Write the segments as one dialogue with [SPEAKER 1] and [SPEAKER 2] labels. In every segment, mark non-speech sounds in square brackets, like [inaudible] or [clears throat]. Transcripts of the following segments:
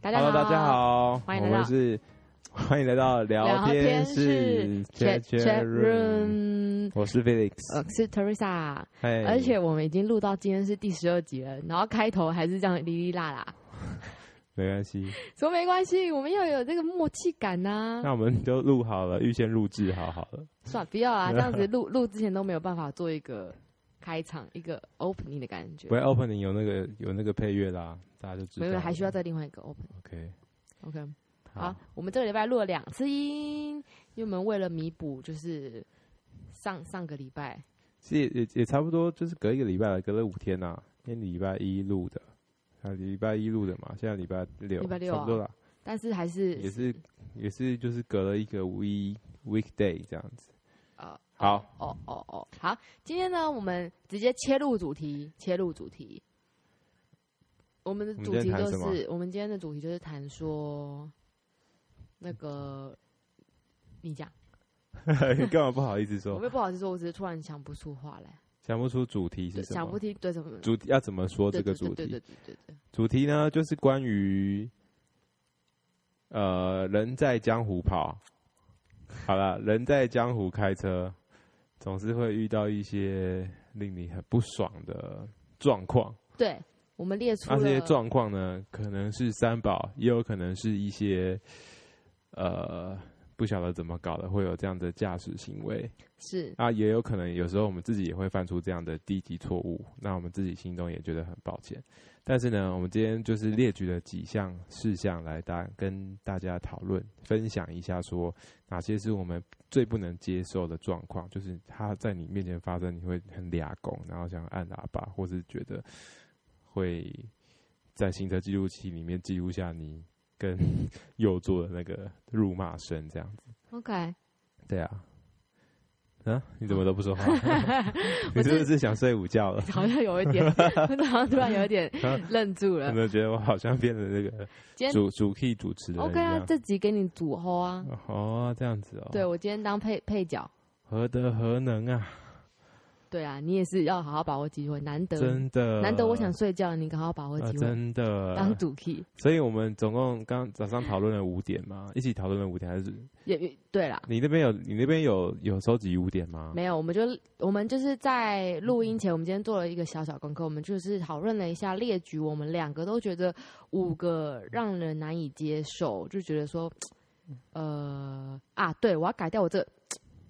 [SPEAKER 1] 大家好
[SPEAKER 2] Hello，大家，好，
[SPEAKER 1] 欢迎
[SPEAKER 2] 我
[SPEAKER 1] 来到
[SPEAKER 2] 们是欢迎来到
[SPEAKER 1] 聊
[SPEAKER 2] 天
[SPEAKER 1] 天室
[SPEAKER 2] Chat
[SPEAKER 1] Chat
[SPEAKER 2] Chat Room，
[SPEAKER 1] Room，
[SPEAKER 2] 我是 Felix，
[SPEAKER 1] 我呃是 Teresa，
[SPEAKER 2] 嘿
[SPEAKER 1] 而且我们已经录到今天是第十二集了，然后开头还是这样哩哩啦啦，
[SPEAKER 2] 没关系，
[SPEAKER 1] 说没关系，我们要有这个默契感呐、
[SPEAKER 2] 那我们就录好了，预先录制好好了，
[SPEAKER 1] 算了，不要
[SPEAKER 2] [laughs]
[SPEAKER 1] 啊，这样子录录之前都没有办法做一个开场一个 opening 的感觉
[SPEAKER 2] 不，会 opening 有那个有那个配乐啦，大家就知道
[SPEAKER 1] 没
[SPEAKER 2] 了，
[SPEAKER 1] 有还需要再另外一个 opening。
[SPEAKER 2] OK，
[SPEAKER 1] OK，
[SPEAKER 2] 好
[SPEAKER 1] 好，，我们这个礼拜录了两次音，因为我们为了弥补就是上上个礼拜
[SPEAKER 2] 其实也也也差不多，就是隔一个礼拜了，隔了五天呐，因为礼拜一录的，啊，礼拜一录的嘛，现在礼拜六，
[SPEAKER 1] 礼拜六啊
[SPEAKER 2] 差不多啦，
[SPEAKER 1] 但是还是
[SPEAKER 2] 也是也是就是隔了一个 week weekday 这样子，
[SPEAKER 1] 啊，
[SPEAKER 2] 好
[SPEAKER 1] 哦哦哦，好，今天呢，我们直接切入主题，切入主题。我们的主题
[SPEAKER 2] 我们今天
[SPEAKER 1] 就
[SPEAKER 2] 谈什啊
[SPEAKER 1] 是，我们今天的主题就是谈说那个，你讲，
[SPEAKER 2] [laughs] 你干嘛不好意思
[SPEAKER 1] 我
[SPEAKER 2] 说？
[SPEAKER 1] 也不好意思说，我只是突然想不出话来，
[SPEAKER 2] 想不出主题
[SPEAKER 1] 就是
[SPEAKER 2] 什么？
[SPEAKER 1] 想不听对什么
[SPEAKER 2] 主题要怎么说
[SPEAKER 1] 对
[SPEAKER 2] 这个
[SPEAKER 1] 对
[SPEAKER 2] 主
[SPEAKER 1] 对对
[SPEAKER 2] 题？
[SPEAKER 1] 对对对，
[SPEAKER 2] 主题呢，就是关于呃人在江湖跑。好了，人在江湖开车，总是会遇到一些令你很不爽的状况。
[SPEAKER 1] 对啊我们列出
[SPEAKER 2] 那这些
[SPEAKER 1] 了
[SPEAKER 2] 状况呢，可能是三宝，也有可能是一些呃不晓得怎么搞的，会有这样的驾驶行为。
[SPEAKER 1] 是
[SPEAKER 2] 啊，也有可能有时候我们自己也会犯出这样的低级错误，那我们自己心中也觉得很抱歉。但是呢，我们今天就是列举了几项事项来大跟大家讨论、分享一下说，哪些是我们最不能接受的状况，就是它在你面前发生，你会很俩拱，然后想按喇叭，或是觉得会在行车记录器里面记录下你跟 [laughs] 右座的那个辱骂声，这样子。
[SPEAKER 1] OK，
[SPEAKER 2] 对啊，啊，你怎么都不
[SPEAKER 1] [laughs]
[SPEAKER 2] 说话？
[SPEAKER 1] 我
[SPEAKER 2] 你
[SPEAKER 1] 是
[SPEAKER 2] 是不是想睡午觉了？
[SPEAKER 1] [laughs]
[SPEAKER 2] 啊
[SPEAKER 1] 好像有一
[SPEAKER 2] [laughs]
[SPEAKER 1] 点，好像突然有一点愣住
[SPEAKER 2] 有
[SPEAKER 1] 了
[SPEAKER 2] 没。有觉得我好像变成那个
[SPEAKER 1] 今天
[SPEAKER 2] 主主 key 主持人
[SPEAKER 1] OK
[SPEAKER 2] 一样
[SPEAKER 1] 啊，这集给你主吼啊，
[SPEAKER 2] 哦，这样子哦，
[SPEAKER 1] 对，我今天当配配角。
[SPEAKER 2] 何德何能啊？
[SPEAKER 1] 对啊，你也是要好好把握机会，难得
[SPEAKER 2] 真的，
[SPEAKER 1] 难得我想睡觉，你好好把握
[SPEAKER 2] 呃
[SPEAKER 1] 机会、
[SPEAKER 2] 真
[SPEAKER 1] 当
[SPEAKER 2] 的。
[SPEAKER 1] 主 key
[SPEAKER 2] 所以我们总共刚早上讨论了五点嘛，一起讨论了五点，还是
[SPEAKER 1] 也也对啦。
[SPEAKER 2] 你那边有你那边有有收集五点吗？
[SPEAKER 1] 没有，我们就我们就是在录
[SPEAKER 2] 嗯
[SPEAKER 1] 音前，我们今天做了一个小小功课，我们就是讨论了一下列举，我们两个都觉得五个让人难以接受，就觉得说，呃啊，对我要改掉我这个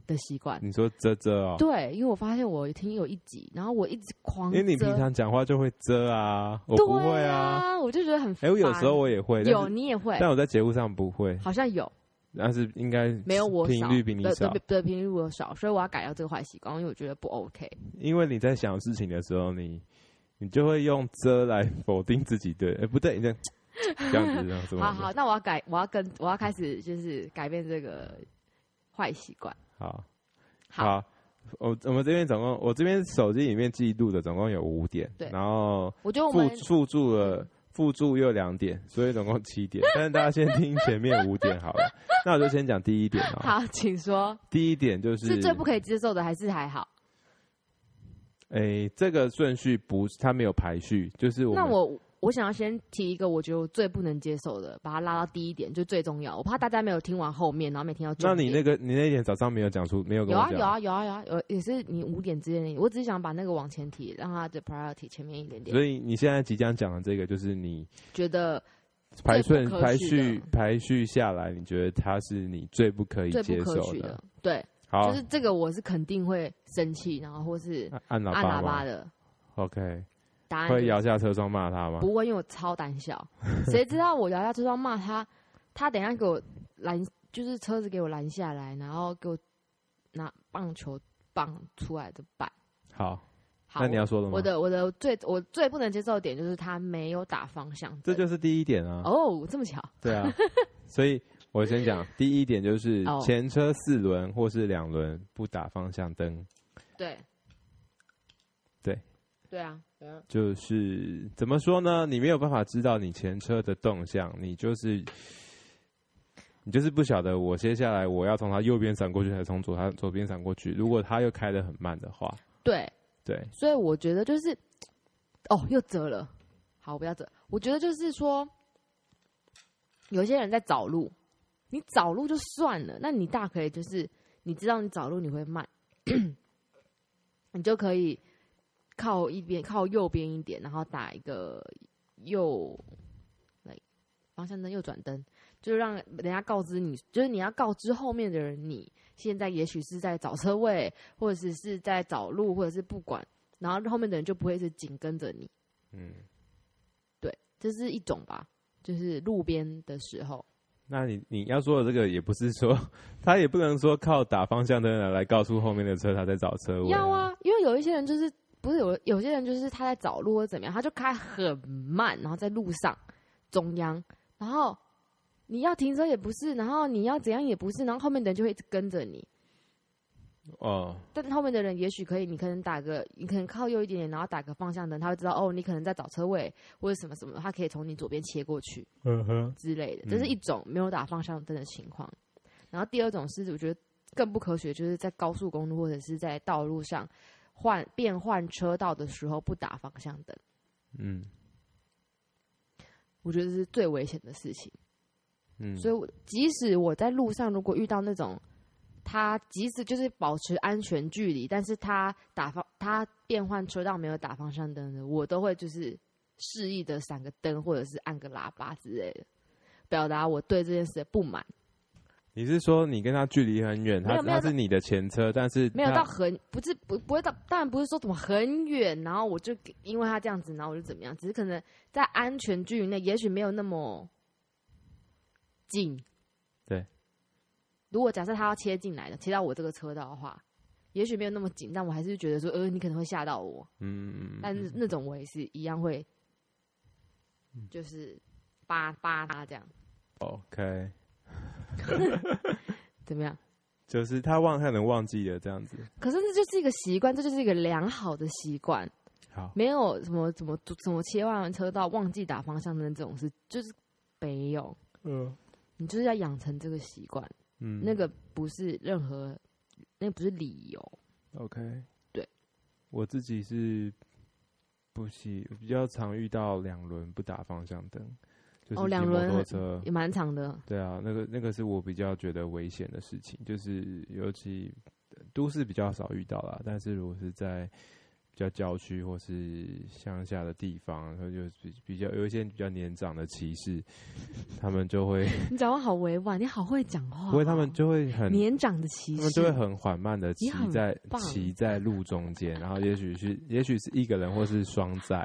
[SPEAKER 1] 的习惯。
[SPEAKER 2] 你说遮遮哦，
[SPEAKER 1] 对，因为我发现我听有一集，然后我一直狂
[SPEAKER 2] 因
[SPEAKER 1] 遮，
[SPEAKER 2] 为你平常讲话就会遮啊，我不会
[SPEAKER 1] 对
[SPEAKER 2] 啊。
[SPEAKER 1] 啊，我就觉得很
[SPEAKER 2] 哎，
[SPEAKER 1] 烦。
[SPEAKER 2] 我有时候我也会，但
[SPEAKER 1] 有
[SPEAKER 2] 是
[SPEAKER 1] 你也会，
[SPEAKER 2] 但我在节目上不会。
[SPEAKER 1] 好像有。
[SPEAKER 2] 但是应该
[SPEAKER 1] 没有我
[SPEAKER 2] 频
[SPEAKER 1] 少，
[SPEAKER 2] 率比你
[SPEAKER 1] 对
[SPEAKER 2] 少
[SPEAKER 1] 对，对频率我少，所以我要改掉这个坏习惯，因为我觉得不 OK。
[SPEAKER 2] 因为你在想事情的时候，你你就会用遮来否定自己对，哎、不对，你这样这样子这样怎么
[SPEAKER 1] 好好，那我要改，我要跟我要开始就是改变这个坏习惯。
[SPEAKER 2] 好
[SPEAKER 1] 好
[SPEAKER 2] 好我我们这边总共我这边手机里面记录的总共有五点，
[SPEAKER 1] 对
[SPEAKER 2] 然后
[SPEAKER 1] 我觉得我
[SPEAKER 2] 附
[SPEAKER 1] 们 [laughs]
[SPEAKER 2] 附注了。附注又两点，所以总共七点。 [laughs] 但是大家先听前面五点好了。那我就先讲第一点哦、
[SPEAKER 1] 好，请说，
[SPEAKER 2] 第一点就是
[SPEAKER 1] 是最不可以接受的，还是还好？
[SPEAKER 2] 诶、这个顺序不，它没有排序，就是我
[SPEAKER 1] 那
[SPEAKER 2] 们
[SPEAKER 1] 我我想要先提一个，我觉得我最不能接受的，把它拉到第一点，就最重要。我怕大家没有听完后面，然后没听到重
[SPEAKER 2] 那
[SPEAKER 1] 点。
[SPEAKER 2] 你那个你那一点早上没有讲出，没有跟
[SPEAKER 1] 有
[SPEAKER 2] 我
[SPEAKER 1] 啊
[SPEAKER 2] 讲。
[SPEAKER 1] 有啊有啊有啊有，也是你五点之间，我只是想把那个往前提，让它的 priority 前面一点点。
[SPEAKER 2] 所以你现在即将讲的这个，就是你
[SPEAKER 1] 觉得
[SPEAKER 2] 排顺
[SPEAKER 1] 最不可
[SPEAKER 2] 排
[SPEAKER 1] 取
[SPEAKER 2] 序
[SPEAKER 1] 的
[SPEAKER 2] 排序下来，你觉得它是你最不可以
[SPEAKER 1] 最不
[SPEAKER 2] 接
[SPEAKER 1] 可
[SPEAKER 2] 受
[SPEAKER 1] 取的，对。
[SPEAKER 2] 好，
[SPEAKER 1] 就是这个我是肯定会生气，然后或是
[SPEAKER 2] 按按喇
[SPEAKER 1] 按
[SPEAKER 2] 叭
[SPEAKER 1] 喇叭
[SPEAKER 2] 吗
[SPEAKER 1] 的。
[SPEAKER 2] ？OK，
[SPEAKER 1] 答案
[SPEAKER 2] 会
[SPEAKER 1] 就
[SPEAKER 2] 摇下车窗骂他吗？
[SPEAKER 1] 不会，因为我超胆
[SPEAKER 2] [laughs]
[SPEAKER 1] 小，谁知道我摇下车窗骂他，他等一下给我拦，就是车子给我拦下来，然后给我拿棒球棒出来的板。
[SPEAKER 2] 好，
[SPEAKER 1] 好，
[SPEAKER 2] 那你要说的吗？
[SPEAKER 1] 我的我的最我最不能接受的点就是他没有打方向
[SPEAKER 2] 这
[SPEAKER 1] 灯，
[SPEAKER 2] 就是第一点啊，
[SPEAKER 1] 哦这么巧，[laughs]
[SPEAKER 2] 对啊，所以我先讲第一点就是
[SPEAKER 1] 哦
[SPEAKER 2] 前车四轮或是两轮不打方向灯，
[SPEAKER 1] 对
[SPEAKER 2] 对
[SPEAKER 1] 对啊，对啊
[SPEAKER 2] 就是怎么说呢？你没有办法知道你前车的动向，你就是你就是不晓得我接下来我要从他右边闪过去，还是从左他左边闪过去。如果他又开得很慢的话，
[SPEAKER 1] 对，
[SPEAKER 2] 对，
[SPEAKER 1] 所以我觉得就是，哦，又折了。好，我不要折。我觉得就是说，有一些人在找路，你找路就算了，那你大可以就是你知道你找路你会慢， [clears throat] 你就可以靠一边靠右边一点，然后打一个右来方向灯右转灯，就是让人家告知你，就是你要告知后面的人你现在也许是在找车位，或者是是在找路，或者是不管，然后后面的人就不会是紧跟着你。
[SPEAKER 2] 嗯，
[SPEAKER 1] 这是一种吧，就是路边的时候，
[SPEAKER 2] 那你你要说的这个也不是说， [laughs] 他也不能说靠打方向灯来来告诉后面的车他在找车位、
[SPEAKER 1] 要，啊，因为有一些人就是不是有有些人就是他在找路或怎么样，他就开很慢，然后在路上中央，然后你要停车也不是，然后你要怎样也不是，然后后面的人就会一直跟着你。
[SPEAKER 2] 哦，
[SPEAKER 1] 但后面的人也许可以，你可能打个，你可能靠右一点点，然后打个方向灯，他会知道哦，你可能在找车位或者什么什么，他可以从你左边切过去。
[SPEAKER 2] 嗯哼，
[SPEAKER 1] 之类的，
[SPEAKER 2] 嗯
[SPEAKER 1] 这是一种没有打方向灯的情况。然后第二种是，我觉得更不科学，就是在高速公路或者是在道路上换变换车道的时候不打方向灯，
[SPEAKER 2] 嗯
[SPEAKER 1] 我觉得这是最危险的事情。
[SPEAKER 2] 嗯，
[SPEAKER 1] 所以我，即使我在路上如果遇到那种他即使就是保持安全距离，但是他打方他变换车道没有打方向灯的，我都会就是示意的闪个灯或者是按个喇叭之类的，表达我对这件事的不满。
[SPEAKER 2] 你是说你跟他距离很远，
[SPEAKER 1] 没
[SPEAKER 2] 他
[SPEAKER 1] 有没有
[SPEAKER 2] 他是你的前车，但是
[SPEAKER 1] 没有
[SPEAKER 2] 他
[SPEAKER 1] 到很不是不不会到，当然不是说怎么很远，然后我就给因为他这样子，然后我就怎么样，只是可能在安全距离内，也许没有那么近。
[SPEAKER 2] 对，
[SPEAKER 1] 如果假设他要切进来的，切到我这个车道的话，也许没有那么紧，但我还是觉得说，呃，你可能会吓到我，
[SPEAKER 2] 嗯嗯嗯
[SPEAKER 1] 但是那种我也是一样会，就是扒扒他这样，
[SPEAKER 2] ，OK，
[SPEAKER 1] 怎么样？
[SPEAKER 2] 就是他忘他可能忘记了这样子，
[SPEAKER 1] 可是这就是一个习惯，这就是一个良好的习惯。
[SPEAKER 2] 好，
[SPEAKER 1] 没有什么怎么怎么切换完车道忘记打方向灯这种事，就是没有。
[SPEAKER 2] 嗯
[SPEAKER 1] 你就是要养成这个习惯，
[SPEAKER 2] 嗯
[SPEAKER 1] 那个不是任何，那不是理由。
[SPEAKER 2] OK，
[SPEAKER 1] 对，
[SPEAKER 2] 我自己是不喜，比较常遇到两轮不打方向灯，就是
[SPEAKER 1] 哦两
[SPEAKER 2] 骑
[SPEAKER 1] 轮
[SPEAKER 2] 摩托车，
[SPEAKER 1] 也蛮长
[SPEAKER 2] [laughs]
[SPEAKER 1] 的，
[SPEAKER 2] 对啊，那个那个是我比较觉得危险的事情，就是尤其呃都市比较少遇到啦，但是如果是在比较郊区或是乡下的地方，然后就比比较有一些比较年长的骑士，他们
[SPEAKER 1] [laughs]
[SPEAKER 2] 就会，
[SPEAKER 1] 你讲话好委婉，你好会讲话、哦
[SPEAKER 2] 不会他们就会很
[SPEAKER 1] 年长的骑士
[SPEAKER 2] 他们就会很缓慢的骑
[SPEAKER 1] 你很
[SPEAKER 2] 在
[SPEAKER 1] 棒
[SPEAKER 2] 骑在路中间，然后也许是也许是一个人或是双载，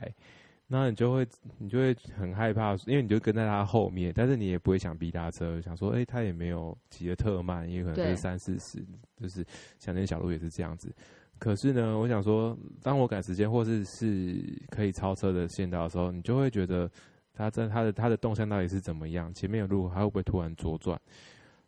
[SPEAKER 2] 然后你就会你就会很害怕，因为你就跟在他后面，但是你也不会想逼他车，想说哎、诶他也没有骑的特慢，也有可能
[SPEAKER 1] 对
[SPEAKER 2] 是三四十，就是乡间小路也是这样子。可是呢，我想说，当我赶时间或是是可以超车的线道的时候，你就会觉得他在他的他的动向到底是怎么样，前面有路，他会不会突然左转？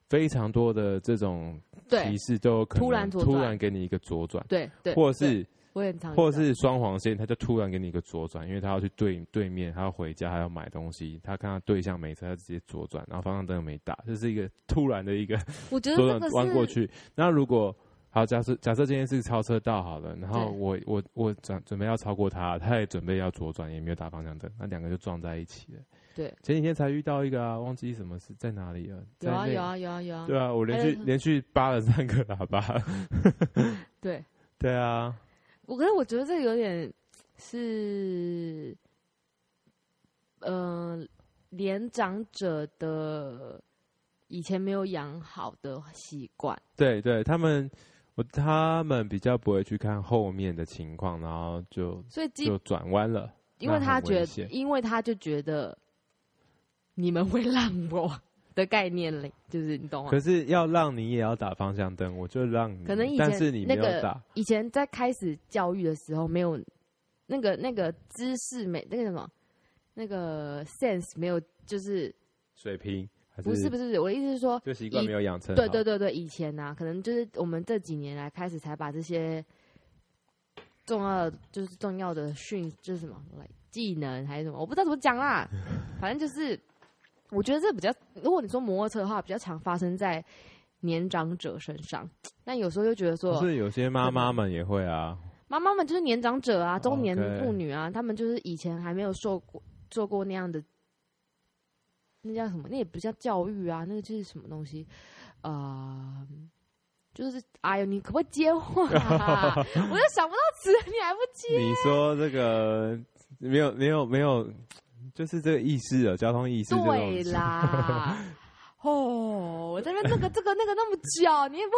[SPEAKER 2] 非常多的这种
[SPEAKER 1] 对
[SPEAKER 2] 提示都有可能
[SPEAKER 1] 突然左转
[SPEAKER 2] 突然给你一个左转，
[SPEAKER 1] 对对，
[SPEAKER 2] 或是
[SPEAKER 1] 我也很常遇到，
[SPEAKER 2] 或是双黄线，他就突然给你一个左转，因为他要去对对面，他要回家，他要买东西，他看他对象没车，他直接左转，然后方向灯又没打，这是一个突然的一个
[SPEAKER 1] 我觉得 [laughs] 这
[SPEAKER 2] 左转
[SPEAKER 1] 个是
[SPEAKER 2] 弯过去。那如果好，假设假设今天是超车道好了，然后
[SPEAKER 1] 对
[SPEAKER 2] 我我我准准备要超过他，他也准备要左转，也没有打方向灯，那两个就撞在一起了。
[SPEAKER 1] 对，
[SPEAKER 2] 前几天才遇到一个啊，忘记什么是在哪里了，
[SPEAKER 1] 有啊
[SPEAKER 2] 在那
[SPEAKER 1] 有，啊有啊有啊，
[SPEAKER 2] 对啊，我连
[SPEAKER 1] 还有
[SPEAKER 2] 续连续扒了三个喇叭。
[SPEAKER 1] 对
[SPEAKER 2] 对啊，
[SPEAKER 1] 我可是我觉得这个有点是，呃，年长者的以前没有养好的习惯，
[SPEAKER 2] 对对，他们我他们比较不会去看后面的情况，然后就
[SPEAKER 1] 所以基
[SPEAKER 2] 就转弯了。
[SPEAKER 1] 因为他觉
[SPEAKER 2] 那很危
[SPEAKER 1] 得，
[SPEAKER 2] 险
[SPEAKER 1] 因为他就觉得你们会让我的概念嘞，就是你懂吗
[SPEAKER 2] 可？是要让你也要打方向灯，我就让你，
[SPEAKER 1] 可能以
[SPEAKER 2] 但
[SPEAKER 1] 前
[SPEAKER 2] 是你
[SPEAKER 1] 那
[SPEAKER 2] 没有
[SPEAKER 1] 个
[SPEAKER 2] 打，
[SPEAKER 1] 以前在开始教育的时候，没有那个那个知识没那个什么那个 sense 没有，就是
[SPEAKER 2] 水平还
[SPEAKER 1] 不是不
[SPEAKER 2] 是
[SPEAKER 1] 是我的意思是说，
[SPEAKER 2] 就习惯
[SPEAKER 1] 以
[SPEAKER 2] 没有养成好。
[SPEAKER 1] 对对对对，以前呐、可能就是我们这几年来开始才把这些重要的就是重要的训就是什么来技能还是什么，我不知道怎么讲啦，反正就是我觉得这比较，如果你说摩托车的话，比较常发生在年长者身上，但有时候又觉得
[SPEAKER 2] 可
[SPEAKER 1] 说
[SPEAKER 2] 是有些妈妈们也会啊，
[SPEAKER 1] 妈妈们就是年长者啊，中年
[SPEAKER 2] 哦 OK
[SPEAKER 1] 妇女啊，她们就是以前还没有受过做过那样的那叫什么？那也不叫教育啊，那个就是什么东西？呃，就是哎呦，你可不可以接话、
[SPEAKER 2] [laughs]
[SPEAKER 1] 啊？我又想不到词，你还不接？
[SPEAKER 2] 你说这个没有没有没有，就是这个意识了，交通意识这种
[SPEAKER 1] 对
[SPEAKER 2] [laughs]
[SPEAKER 1] 啦，哦，我这边这个这个那个那么久，你也不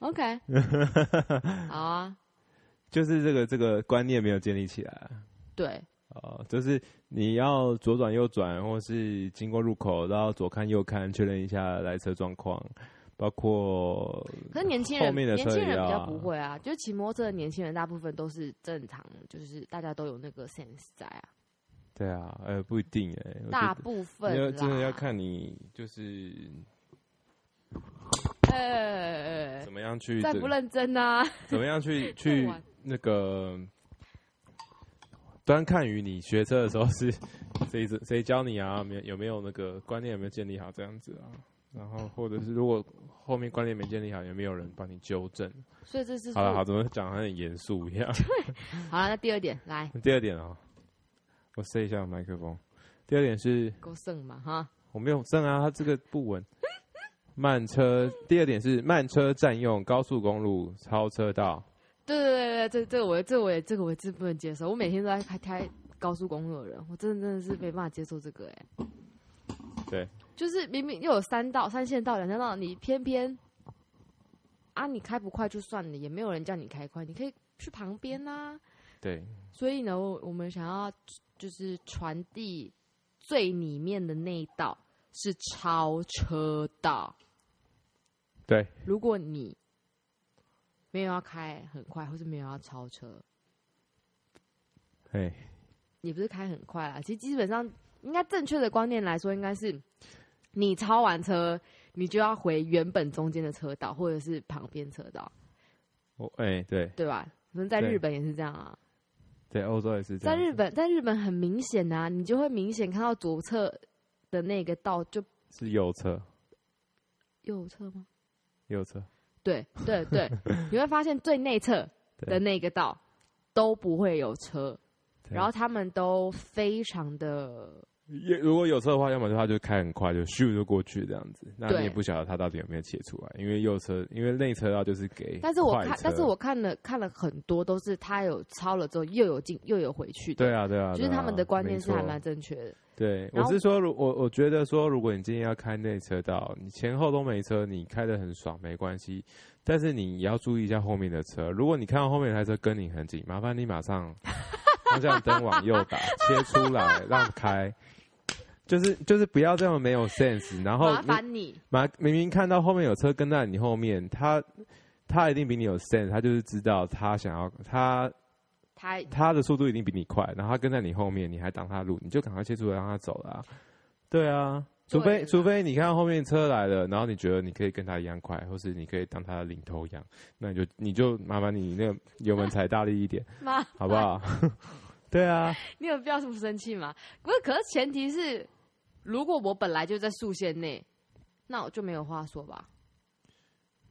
[SPEAKER 1] 会。OK，好
[SPEAKER 2] [laughs]
[SPEAKER 1] 啊，
[SPEAKER 2] 就是这个这个观念没有建立起来
[SPEAKER 1] 对，
[SPEAKER 2] 哦，就是你要左转右转，或是经过路口，然后左看右看，确认一下来车状况，包括
[SPEAKER 1] 可是年轻
[SPEAKER 2] 后
[SPEAKER 1] 人，
[SPEAKER 2] 面的车
[SPEAKER 1] 年轻
[SPEAKER 2] 也
[SPEAKER 1] 人比
[SPEAKER 2] 要
[SPEAKER 1] 较
[SPEAKER 2] 啊
[SPEAKER 1] 不会啊，就是骑摩托车的年轻人大部分都是正常，就是大家都有那个 sense 在啊，
[SPEAKER 2] 对啊，呃，不一定哎、我觉得
[SPEAKER 1] 大部分
[SPEAKER 2] 你要
[SPEAKER 1] 啦
[SPEAKER 2] 真的要看你就是
[SPEAKER 1] 呃，
[SPEAKER 2] 怎么样去
[SPEAKER 1] 再
[SPEAKER 2] 这
[SPEAKER 1] 不认真呐、啊，
[SPEAKER 2] 怎么样去去
[SPEAKER 1] 玩
[SPEAKER 2] 那个端看于你学车的时候是谁谁教你啊？没有有没有那个观念有没有建立好这样子啊？然后或者是如果后面观念没建立好，有没有人帮你纠正？
[SPEAKER 1] 所以这是
[SPEAKER 2] 好了，好，
[SPEAKER 1] 好
[SPEAKER 2] 怎么讲得很严肃一样？ [laughs]
[SPEAKER 1] 了，那第二点来
[SPEAKER 2] 第二点啊、我塞一下麦克风。第二点是
[SPEAKER 1] 够剩嘛哈，
[SPEAKER 2] 我没有证啊，他这个不稳。慢车，第二点是慢车占用高速公路超车道，
[SPEAKER 1] 对对对对，这这个我这我也这个我也是不能接受，我每天都在开开高速公路的人，我真的真的是没办法接受这个哎、
[SPEAKER 2] 对，
[SPEAKER 1] 就是明明又有三道三线道两线道，你偏偏啊你开不快就算了，也没有人叫你开快，你可以去旁边啊呐、
[SPEAKER 2] 对，
[SPEAKER 1] 所以呢，我我们想要就是传递最里面的那一道是超车道。
[SPEAKER 2] 对，
[SPEAKER 1] 如果你没有要开很快，或是没有要超车，
[SPEAKER 2] 哎，
[SPEAKER 1] 也不是开很快啦，其实基本上应该正确的观念来说，应该是你超完车，你就要回原本中间的车道或者是旁边车道，
[SPEAKER 2] 我哎，对
[SPEAKER 1] 对吧？可能在
[SPEAKER 2] 对
[SPEAKER 1] 日本也是这样啊。
[SPEAKER 2] 对，欧洲也是这
[SPEAKER 1] 在
[SPEAKER 2] 样子。
[SPEAKER 1] 日本，在日本很明显啊，你就会明显看到左侧的那个道，就是
[SPEAKER 2] 右侧，
[SPEAKER 1] 右侧吗？
[SPEAKER 2] 右侧，
[SPEAKER 1] 对对
[SPEAKER 2] [laughs]
[SPEAKER 1] 对，你会发现最内侧的
[SPEAKER 2] 对
[SPEAKER 1] 那个道都不会有车，
[SPEAKER 2] 对
[SPEAKER 1] 然后他们都非常的
[SPEAKER 2] 也如果有车的话，要么就他就开很快，就咻就过去这样子，那
[SPEAKER 1] 对
[SPEAKER 2] 你也不晓得他到底有没有切出来，因为右车，因为内车道就是给快车，
[SPEAKER 1] 但是我看，但是我看了看了很多，都是他有超了之后又有进又有回去的，
[SPEAKER 2] 对啊对啊，
[SPEAKER 1] 就是
[SPEAKER 2] 对啊
[SPEAKER 1] 他们的观念是还
[SPEAKER 2] 没错
[SPEAKER 1] 蛮正确的。
[SPEAKER 2] 对，
[SPEAKER 1] 然
[SPEAKER 2] 我
[SPEAKER 1] 后
[SPEAKER 2] 是说，如我我觉得说，如果你今天要开内车道，你前后都没车，你开的很爽没关系，但是你也要注意一下后面的车。如果你看到后面那台车跟你很紧，麻烦你
[SPEAKER 1] [laughs]
[SPEAKER 2] 马上方向灯往右打，切出来让开。就是就是不要这么没有 sense，然后
[SPEAKER 1] 麻
[SPEAKER 2] 你
[SPEAKER 1] 烦你，
[SPEAKER 2] 马明明看到后面有车跟在你后面，他他一定比你有 sense，他就是知道他想要他
[SPEAKER 1] 他
[SPEAKER 2] 他的速度一定比你快，然后他跟在你后面，你还挡他路，你就赶快切出来让他走了、啊。对啊，除
[SPEAKER 1] 对
[SPEAKER 2] 非
[SPEAKER 1] 啦
[SPEAKER 2] 除非你看到后面车来了，然后你觉得你可以跟他一样快，或是你可以当他的领头羊，那你就你就麻烦你那个油门踩大力一点，
[SPEAKER 1] 妈，
[SPEAKER 2] 好不好？ [laughs] 对啊，
[SPEAKER 1] 你有必要这么生气吗？不是，可是前提是，如果我本来就在速线内，那我就没有话说吧。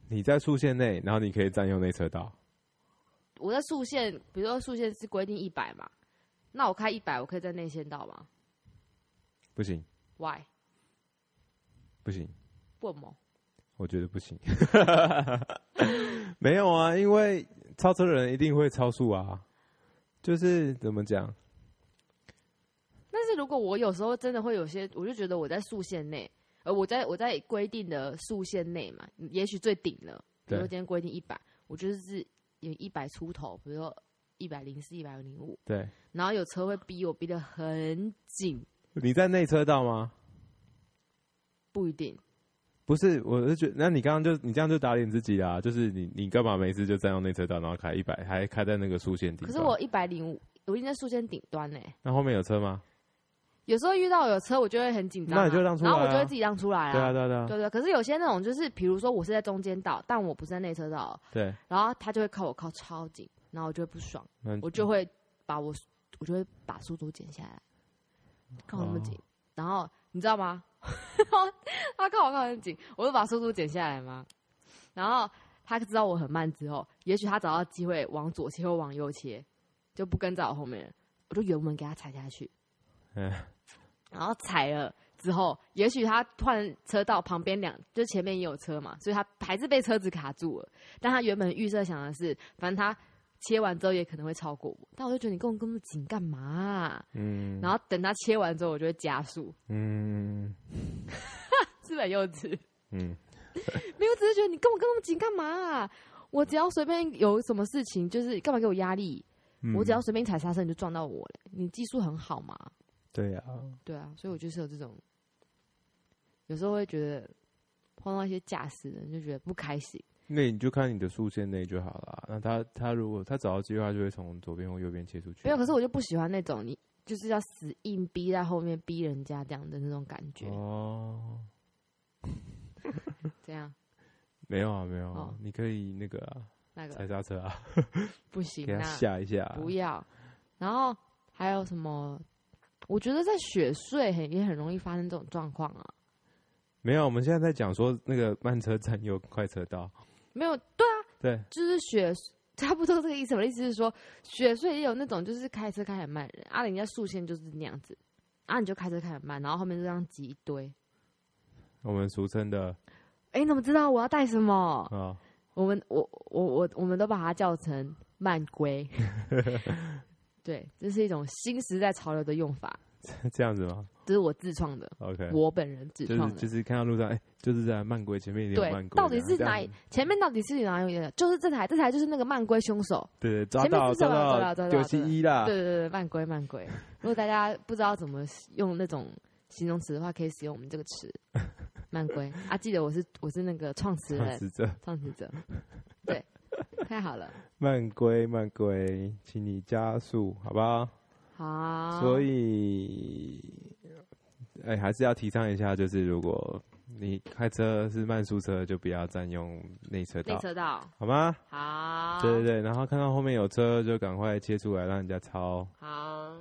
[SPEAKER 2] 你在速线内，然后你可以占用内车道。
[SPEAKER 1] 我在速线，比如说速线是规定一百嘛，那我开一百，我可以在内线道吗
[SPEAKER 2] 不行，
[SPEAKER 1] ？Why？
[SPEAKER 2] 不行，
[SPEAKER 1] 不么？
[SPEAKER 2] 我觉得不 [laughs] 行。没有啊，因为超车的人一定会超速啊，就是怎么讲？
[SPEAKER 1] 但是如果我有时候真的会有些，我就觉得我在速线内，呃，我在我在规定的速线内嘛，也许最顶了，比如
[SPEAKER 2] 对
[SPEAKER 1] 说今天规定一百，我就是有一百出头，比如说一百零四、一百零五，
[SPEAKER 2] 对，
[SPEAKER 1] 然后有车会逼我逼得很紧，
[SPEAKER 2] 你在内车道吗？
[SPEAKER 1] 不一定。
[SPEAKER 2] 不是，我是觉得，那你刚刚就你这样就打脸自己啦，就是你你干嘛每次就占用内车道，然后开一百，还开在那个竖线地
[SPEAKER 1] 可
[SPEAKER 2] 方？
[SPEAKER 1] 是我一百零五，我已经在速线顶端呢、
[SPEAKER 2] 那后面有车吗？
[SPEAKER 1] 有时候遇到有车，我就会很紧张啊、
[SPEAKER 2] 那你就让出来啊
[SPEAKER 1] 然后我就会自己让出来
[SPEAKER 2] 对啊，对啊，对
[SPEAKER 1] 对
[SPEAKER 2] 啊，
[SPEAKER 1] 对可是有些那种就是，比如说我是在中间道，但我不是在内车道，
[SPEAKER 2] 对，
[SPEAKER 1] 然后他就会靠我靠超紧，然后我就会不爽，
[SPEAKER 2] 那
[SPEAKER 1] 我就会把我我就会把速度减下来，靠我那么紧，然后你知道吗？他靠我靠得很紧，我就把速度减下来嘛，然后他知道我很慢之后，也许他找到机会往左切或往右切，就不跟在我后面了，我就油门给他踩下去，
[SPEAKER 2] 嗯，
[SPEAKER 1] [laughs] 然后踩了之后，也许他换车道旁边两，就前面也有车嘛，所以他还是被车子卡住了。但他原本预设想的是，反正他切完之后也可能会超过我，但我就觉得你跟我跟那么紧干嘛啊、
[SPEAKER 2] 嗯，
[SPEAKER 1] 然后等他切完之后，我就会加速，
[SPEAKER 2] 嗯
[SPEAKER 1] 是不是很幼稚？
[SPEAKER 2] 嗯
[SPEAKER 1] 没有，只是觉得你跟我跟那么紧干嘛啊、我只要随便有什么事情，就是干嘛给我压力？
[SPEAKER 2] 嗯，
[SPEAKER 1] 我只要随便踩刹车你就撞到我了，你技术很好嘛？
[SPEAKER 2] 对啊，
[SPEAKER 1] 对啊，所以我就是有这种，有时候会觉得碰到一些驾驶人就觉得不开心。
[SPEAKER 2] 那你就看你的速限内就好了。那他他如果他找到机会，他就会从左边或右边切出去。
[SPEAKER 1] 没有，可是我就不喜欢那种你就是要死硬逼在后面逼人家这样的那种感觉。
[SPEAKER 2] 哦，
[SPEAKER 1] 这样
[SPEAKER 2] 没有啊，没有啊，
[SPEAKER 1] 哦
[SPEAKER 2] 你可以那个啊，
[SPEAKER 1] 那个
[SPEAKER 2] 踩刹车啊，
[SPEAKER 1] 不行
[SPEAKER 2] 给他
[SPEAKER 1] 啊，
[SPEAKER 2] 吓一下啊、
[SPEAKER 1] 不要。然后还有什么？我觉得在雪隧很也很容易发生这种状况啊。
[SPEAKER 2] 没有，我们现在在讲说那个慢车占有快车道，
[SPEAKER 1] 没有，对啊，
[SPEAKER 2] 对，
[SPEAKER 1] 就是雪，差不多这个意思。我的意思是说，雪隧也有那种就是开车开很慢的人啊，人家速限就是那样子啊，你就开车开很慢，然后后面就这样挤一堆。
[SPEAKER 2] 我们俗称的
[SPEAKER 1] 哎、你怎么知道我要带什么
[SPEAKER 2] 啊、？ [laughs] 哦
[SPEAKER 1] 我们我我我我们都把它叫成慢规。对，这是一种新时代潮流的用法，
[SPEAKER 2] 这样子吗
[SPEAKER 1] 这是我自创的，
[SPEAKER 2] ？OK，
[SPEAKER 1] 我本人自
[SPEAKER 2] 就是
[SPEAKER 1] 创的。
[SPEAKER 2] 就是看到路上，哎、就是在慢规前面一定有啊
[SPEAKER 1] 对
[SPEAKER 2] 慢规，
[SPEAKER 1] 到底是
[SPEAKER 2] 这样
[SPEAKER 1] 哪
[SPEAKER 2] 子
[SPEAKER 1] 前面到底是哪有？就是这台，这台就是那个慢规凶手。
[SPEAKER 2] 对对，抓
[SPEAKER 1] 前面
[SPEAKER 2] 到
[SPEAKER 1] 是抓到抓
[SPEAKER 2] 到
[SPEAKER 1] 到抓到
[SPEAKER 2] 九七一啦，
[SPEAKER 1] 对对对，慢规慢规。如果大家不知道怎么用那种形容词的话，可以使用我们这个词“慢规”。啊，记得我是我是那个创始
[SPEAKER 2] 这
[SPEAKER 1] 人、
[SPEAKER 2] 是这
[SPEAKER 1] 创始者，对，太好了，
[SPEAKER 2] 慢规慢规，请你加速， [laughs] 好不好？
[SPEAKER 1] 好。
[SPEAKER 2] [laughs] 所以，哎、还是要提倡一下，就是如果你开车是慢速车，就不要占用内车
[SPEAKER 1] 内
[SPEAKER 2] 道，
[SPEAKER 1] 车道，
[SPEAKER 2] 好吗？
[SPEAKER 1] 好，
[SPEAKER 2] 对对，对，然后看到后面有车就赶快切出来，让人家超。
[SPEAKER 1] 好，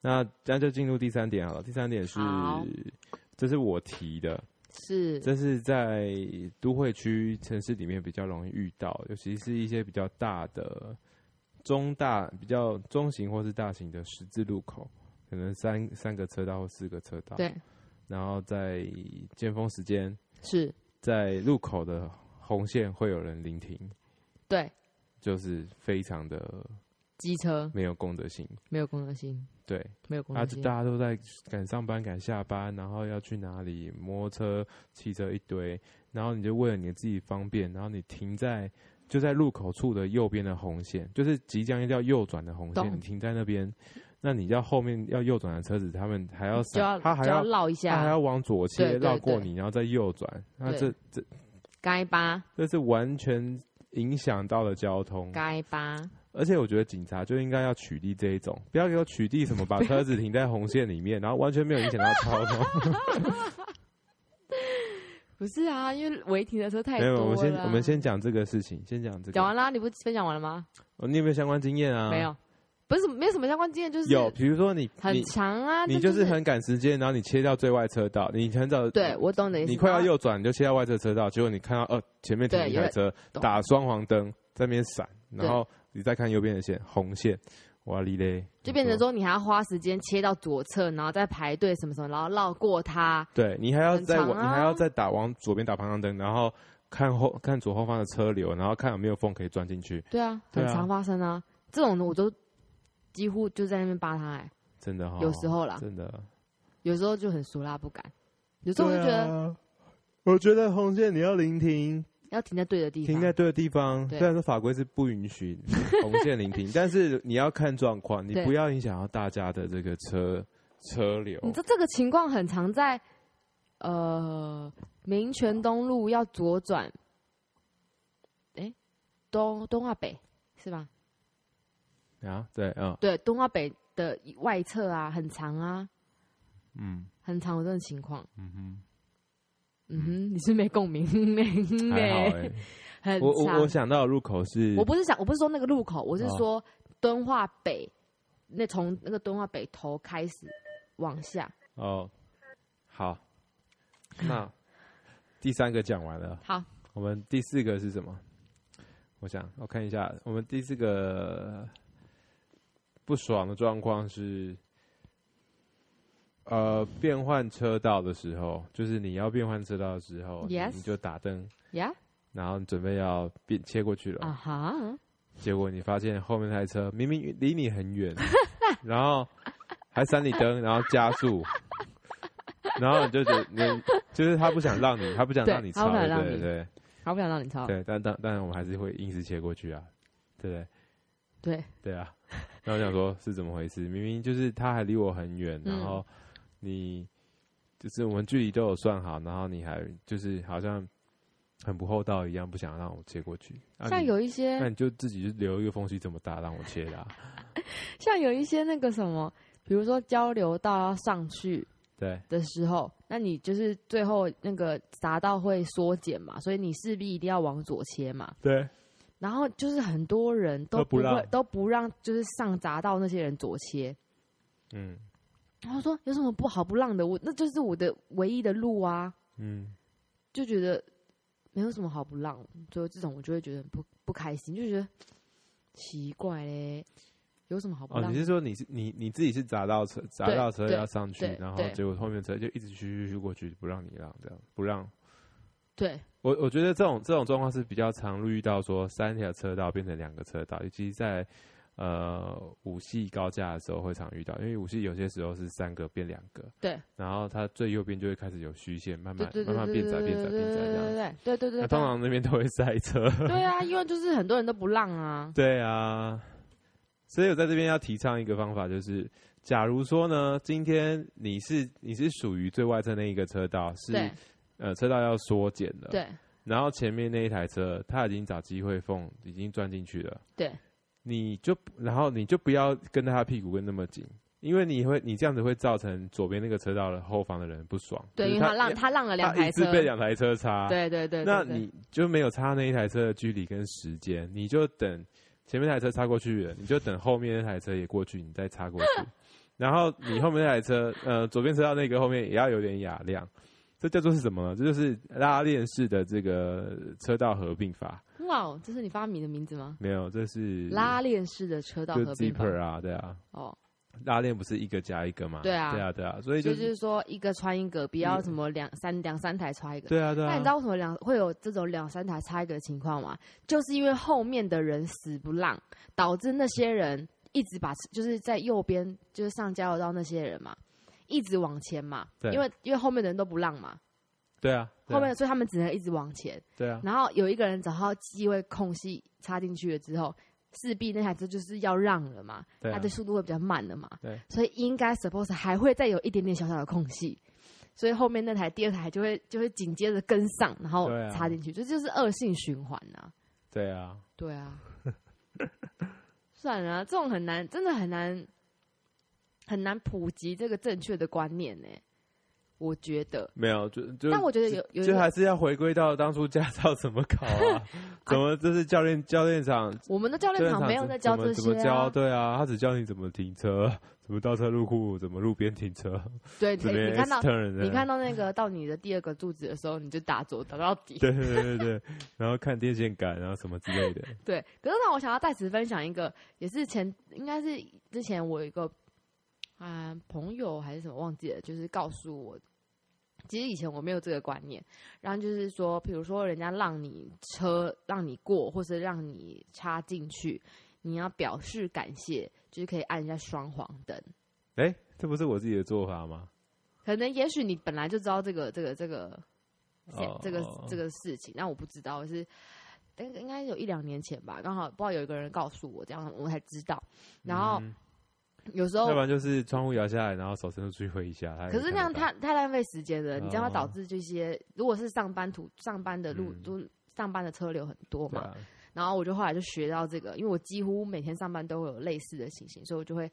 [SPEAKER 2] 那这样就进入第三点好了。第三点是
[SPEAKER 1] 好，
[SPEAKER 2] 这是我提的，
[SPEAKER 1] 是，
[SPEAKER 2] 这是在都会区城市里面比较容易遇到，尤其是一些比较大的、中大、比较中型或是大型的十字路口，可能三三个车道或四个车道。
[SPEAKER 1] 对，
[SPEAKER 2] 然后在尖峰时间，
[SPEAKER 1] 是，
[SPEAKER 2] 在路口的红线会有人临停，
[SPEAKER 1] 对，
[SPEAKER 2] 就是非常的
[SPEAKER 1] 机车
[SPEAKER 2] 没有公德心。
[SPEAKER 1] 没有公德心，
[SPEAKER 2] 对，
[SPEAKER 1] 没有公
[SPEAKER 2] 啊，
[SPEAKER 1] 德
[SPEAKER 2] 就
[SPEAKER 1] 心，
[SPEAKER 2] 大家都在赶上班、赶下班，然后要去哪里，摩托车、汽车一堆，然后你就为了你自己方便，然后你停在就在路口处的右边的红线，就是即将要右转的红线，
[SPEAKER 1] 懂
[SPEAKER 2] 你停在那边，那你要后面要右转的车子，他们还要
[SPEAKER 1] 就要
[SPEAKER 2] 闪，他还
[SPEAKER 1] 就要
[SPEAKER 2] 要
[SPEAKER 1] 绕一
[SPEAKER 2] 他还
[SPEAKER 1] 下
[SPEAKER 2] 要，往左
[SPEAKER 1] 对对
[SPEAKER 2] 切绕过
[SPEAKER 1] 对
[SPEAKER 2] 你，然后再右转，那这
[SPEAKER 1] 对
[SPEAKER 2] 这
[SPEAKER 1] 该吧
[SPEAKER 2] 这是完全影响到了交通，
[SPEAKER 1] 该吧，
[SPEAKER 2] 而且我觉得警察就应该要取缔这一种，不要给我取缔什么
[SPEAKER 1] [laughs]
[SPEAKER 2] 把车子停在红线里面，然后完全没有影响到交通。
[SPEAKER 1] 不是啊，因为违停的车太
[SPEAKER 2] 没
[SPEAKER 1] 多
[SPEAKER 2] 有，
[SPEAKER 1] 了啊。
[SPEAKER 2] 我们先我们先讲这个事情，先讲这个。
[SPEAKER 1] 讲完啦，你不是分享完了吗？
[SPEAKER 2] 哦你有没有相关经验啊？
[SPEAKER 1] 没。有，不是没有什么相关经验，就是
[SPEAKER 2] 有，比如说你
[SPEAKER 1] 很
[SPEAKER 2] 你
[SPEAKER 1] 长啊，
[SPEAKER 2] 你
[SPEAKER 1] 这
[SPEAKER 2] 就是很赶时间，然后你切到最外车道，你很早
[SPEAKER 1] 对我懂你的意思，
[SPEAKER 2] 你快要
[SPEAKER 1] 然后
[SPEAKER 2] 右转，你就切到外侧车道，结果你看到呃前面停
[SPEAKER 1] 对
[SPEAKER 2] 一台车
[SPEAKER 1] 懂
[SPEAKER 2] 打双黄灯，在那边闪，
[SPEAKER 1] 对
[SPEAKER 2] 然后你再看右边的线红线，哇哩嘞，
[SPEAKER 1] 就变成说你还要花时间切到左侧，然后再排队什么什么，然后绕过它，
[SPEAKER 2] 对你还要
[SPEAKER 1] 很
[SPEAKER 2] 再
[SPEAKER 1] 长
[SPEAKER 2] 往、你还
[SPEAKER 1] 啊
[SPEAKER 2] 要再打往左边打方向灯，然后看后看左后方的车流，然后看有没有缝可以钻进去，
[SPEAKER 1] 对啊，
[SPEAKER 2] 对
[SPEAKER 1] 很
[SPEAKER 2] 啊
[SPEAKER 1] 常发生啊，这种的我都几乎就在那边扒它，哎，
[SPEAKER 2] 真的哈、
[SPEAKER 1] 有时候啦，
[SPEAKER 2] 真的，
[SPEAKER 1] 有时候就很俗辣不敢，有时候我就觉得
[SPEAKER 2] 啊、我觉得红线你要聆听，
[SPEAKER 1] 要停在对的地方，
[SPEAKER 2] 停在对的地方。
[SPEAKER 1] 对
[SPEAKER 2] 虽然说法规是不允许红线聆
[SPEAKER 1] [laughs]
[SPEAKER 2] 听，但是你要看状况，你
[SPEAKER 1] 对
[SPEAKER 2] 不要影响到大家的这个车车流。
[SPEAKER 1] 你知道这个情况很常在，呃，民权东路要左转，哎、东东华北是吧？
[SPEAKER 2] 啊，对，嗯
[SPEAKER 1] 对，东华北的外侧啊，很长啊，
[SPEAKER 2] 嗯
[SPEAKER 1] 很常有这种情况。
[SPEAKER 2] 嗯
[SPEAKER 1] 嗯哼，你是没共鸣 [laughs]
[SPEAKER 2] 哼，
[SPEAKER 1] 呢、
[SPEAKER 2] 还好哎、
[SPEAKER 1] 嗯很
[SPEAKER 2] 我
[SPEAKER 1] 长。
[SPEAKER 2] 我我想到的入口是，
[SPEAKER 1] 我不是想，我不是说那个路口，我是
[SPEAKER 2] 哦
[SPEAKER 1] 说敦化北，那从那个敦化北头开始往下。
[SPEAKER 2] 哦，
[SPEAKER 1] [laughs]
[SPEAKER 2] 好，那第三个讲完了，
[SPEAKER 1] 好，
[SPEAKER 2] 我们第四个是什么？我想我看一下，我们第四个不爽的状况是，呃，变换车道的时候，就是你要变换车道的时候
[SPEAKER 1] Yes
[SPEAKER 2] 你就打灯，
[SPEAKER 1] 呀
[SPEAKER 2] 然后你准备要变切过去了
[SPEAKER 1] 啊哈，
[SPEAKER 2] 结果你发现后面那台车明明离你
[SPEAKER 1] [laughs]
[SPEAKER 2] 很远，然后还闪你灯，然后加
[SPEAKER 1] [laughs]
[SPEAKER 2] 速，然后你就觉得你就是他不想让你，他不想
[SPEAKER 1] 对
[SPEAKER 2] 让你
[SPEAKER 1] 他
[SPEAKER 2] 超，
[SPEAKER 1] 不想让
[SPEAKER 2] 对
[SPEAKER 1] 你
[SPEAKER 2] 对
[SPEAKER 1] 好不想让你抄，
[SPEAKER 2] 对，但但但我们还是会硬是切过去啊，对不对？
[SPEAKER 1] 对
[SPEAKER 2] 对啊，然后我想说是怎么回事？明明就是他还离我很远，
[SPEAKER 1] 嗯
[SPEAKER 2] 然后你就是我们距离都有算好，然后你还就是好像很不厚道一样，不想让我切过去。啊
[SPEAKER 1] 像
[SPEAKER 2] 你
[SPEAKER 1] 有一些
[SPEAKER 2] 那你就自己就留一个缝隙这么大让我切啦、啊
[SPEAKER 1] 像有一些那个什么，比如说交流道要上去
[SPEAKER 2] 对
[SPEAKER 1] [laughs] 的时候，那你就是最后那个匝道会缩减嘛，所以你势必一定要往左切嘛。
[SPEAKER 2] 对
[SPEAKER 1] 然后就是很多人都
[SPEAKER 2] 都不
[SPEAKER 1] 不会
[SPEAKER 2] 让
[SPEAKER 1] 都不让，就是上匝道那些人左切。
[SPEAKER 2] 嗯
[SPEAKER 1] 然后说有什么不好不让的？我那就是我的唯一的路啊，
[SPEAKER 2] 嗯，
[SPEAKER 1] 就觉得没有什么好不让，所以这种我就会觉得很不不开心，就觉得奇怪嘞，有什么好不
[SPEAKER 2] 哦，
[SPEAKER 1] 让？
[SPEAKER 2] 你是说你是你你自己是砸到车砸到车
[SPEAKER 1] 对
[SPEAKER 2] 要上去
[SPEAKER 1] 对，
[SPEAKER 2] 然后
[SPEAKER 1] 对
[SPEAKER 2] 结果后面车就一直去去去过去，不让你让这样不让。
[SPEAKER 1] 对
[SPEAKER 2] 我我觉得这种这种状况是比较常遇到，说三条车道变成两个车道，尤其在呃五系高架的时候会常遇到，因为五系有些时候是三个变两个，
[SPEAKER 1] 对，
[SPEAKER 2] 然后它最右边就会开始有虚线，慢
[SPEAKER 1] 对
[SPEAKER 2] 慢
[SPEAKER 1] 对对
[SPEAKER 2] 慢慢
[SPEAKER 1] 对
[SPEAKER 2] 变
[SPEAKER 1] 对
[SPEAKER 2] 窄
[SPEAKER 1] 对
[SPEAKER 2] 变窄变窄这样子。
[SPEAKER 1] 对对对对
[SPEAKER 2] 那
[SPEAKER 1] 对，
[SPEAKER 2] 通常那边都会塞车。
[SPEAKER 1] 对啊，因为就是很多人都不让啊。
[SPEAKER 2] 对啊，所以我在这边要提倡一个方法，就是假如说呢，今天你是你是属于最外侧那一个车道， [laughs] 是
[SPEAKER 1] 对
[SPEAKER 2] 呃车道要缩减的，，
[SPEAKER 1] 对
[SPEAKER 2] 然后前面那一台车它已经找机会缝，已经钻进去了，
[SPEAKER 1] 对
[SPEAKER 2] 你就然后你就不要跟他屁股跟那么紧。因为你会，你这样子会造成左边那个车道的后方的人不爽。
[SPEAKER 1] 对，
[SPEAKER 2] 就
[SPEAKER 1] 因
[SPEAKER 2] 是
[SPEAKER 1] 为
[SPEAKER 2] 他
[SPEAKER 1] 他让他让了两
[SPEAKER 2] 他
[SPEAKER 1] 台
[SPEAKER 2] 一
[SPEAKER 1] 车
[SPEAKER 2] 次，被两台车擦。
[SPEAKER 1] 对对对，对
[SPEAKER 2] 那
[SPEAKER 1] 对
[SPEAKER 2] 你就没有差那一台车的距离跟时间，你就等前面那台车擦过去了，你就等后面那台车也过去，你再擦过
[SPEAKER 1] [laughs]
[SPEAKER 2] 去。然后你后面那台车，呃，左边车道那个后面也要有点雅量，这叫做是什么呢？这就是拉链式的这个车道合并法。
[SPEAKER 1] 哇哦，这是你发明的名字吗？
[SPEAKER 2] 没有，这是
[SPEAKER 1] 拉链式的车道
[SPEAKER 2] 就
[SPEAKER 1] 合并法
[SPEAKER 2] zipper 啊，对啊，
[SPEAKER 1] 哦，
[SPEAKER 2] 拉链不是一个加一个吗？
[SPEAKER 1] 对啊
[SPEAKER 2] 对啊，对啊，所以
[SPEAKER 1] 就
[SPEAKER 2] 就是
[SPEAKER 1] 说一个穿一个，不要
[SPEAKER 2] 嗯
[SPEAKER 1] 什么两三两三台穿一个。
[SPEAKER 2] 对啊，对啊。
[SPEAKER 1] 那你知道为什么两会有这种两三台差一个的情况吗？就是因为后面的人死不让，导致那些人一直把就是在右边就是上交流道那些人嘛，一直往前嘛，
[SPEAKER 2] 对
[SPEAKER 1] 因为因为后面的人都不让嘛，
[SPEAKER 2] 对啊，对啊
[SPEAKER 1] 后面所以他们只能一直往前。
[SPEAKER 2] 对啊，
[SPEAKER 1] 然后有一个人找到机会空隙插进去了之后，势必那台车就是要让了嘛，
[SPEAKER 2] 对啊
[SPEAKER 1] 它的速度会比较慢了嘛，
[SPEAKER 2] 对，
[SPEAKER 1] 所以应该 suppose 还会再有一点点小小的空隙，所以后面那台第二台就会就会紧接着跟上，然后
[SPEAKER 2] 对啊
[SPEAKER 1] 插进去，这就是恶性循环呐、
[SPEAKER 2] 对啊，
[SPEAKER 1] 对啊， [laughs] 算了啊、这种很难，真的很难，很难普及这个正确的观念呢、我觉得。
[SPEAKER 2] 没有，就就
[SPEAKER 1] 但我觉得有有一
[SPEAKER 2] 就
[SPEAKER 1] 个
[SPEAKER 2] 还是要回归到当初驾照怎么
[SPEAKER 1] [laughs]
[SPEAKER 2] 考啊？ [laughs] 怎么这是教练教练场？
[SPEAKER 1] 我们的啊教
[SPEAKER 2] 教
[SPEAKER 1] 练
[SPEAKER 2] 练
[SPEAKER 1] 场没有
[SPEAKER 2] 怎
[SPEAKER 1] 在教
[SPEAKER 2] 怎
[SPEAKER 1] 这
[SPEAKER 2] 么
[SPEAKER 1] 些、啊
[SPEAKER 2] 怎么教？对啊，他只教你怎么停车， [laughs] 怎么倒车入库，怎么路边停车，
[SPEAKER 1] 对，
[SPEAKER 2] 怎
[SPEAKER 1] 你
[SPEAKER 2] 么
[SPEAKER 1] 你看到
[SPEAKER 2] S turn 的
[SPEAKER 1] 你看到那个到你的第二个柱子的时候，你就打左打到底。
[SPEAKER 2] [laughs] 对对对对对，然后看电线杆，然啊后什么之
[SPEAKER 1] [laughs]
[SPEAKER 2] 类的。
[SPEAKER 1] 对可是呢，我想要在此分享一个，也是前应该是之前我有一个啊、朋友还是什么忘记了，就是告诉我，其实以前我没有这个观念。然后就是说，比如说人家让你车让你过，或是让你插进去，你要表示感谢，就是可以按一下双黄灯。
[SPEAKER 2] 哎、这不是我自己的做法吗？
[SPEAKER 1] 可能也许你本来就知道这个这个这个
[SPEAKER 2] 哦
[SPEAKER 1] 这个这个事情，但我不知道我是。应该应该有一两年前吧，刚好不知道有一个人告诉我，这样我才知道。然后
[SPEAKER 2] 嗯
[SPEAKER 1] 有时候，
[SPEAKER 2] 要不然就是窗户摇下来，然后手伸出去挥一下。他也
[SPEAKER 1] 可是
[SPEAKER 2] 看
[SPEAKER 1] 那样
[SPEAKER 2] 得到
[SPEAKER 1] 太太浪费时间了，你这样会
[SPEAKER 2] 哦
[SPEAKER 1] 导致这些，如果是上班途上班的路
[SPEAKER 2] 嗯
[SPEAKER 1] 都上班的车流很多
[SPEAKER 2] 对
[SPEAKER 1] 嘛，
[SPEAKER 2] 啊，
[SPEAKER 1] 然后我就后来就学到这个，因为我几乎每天上班都会有类似的情形，所以我就会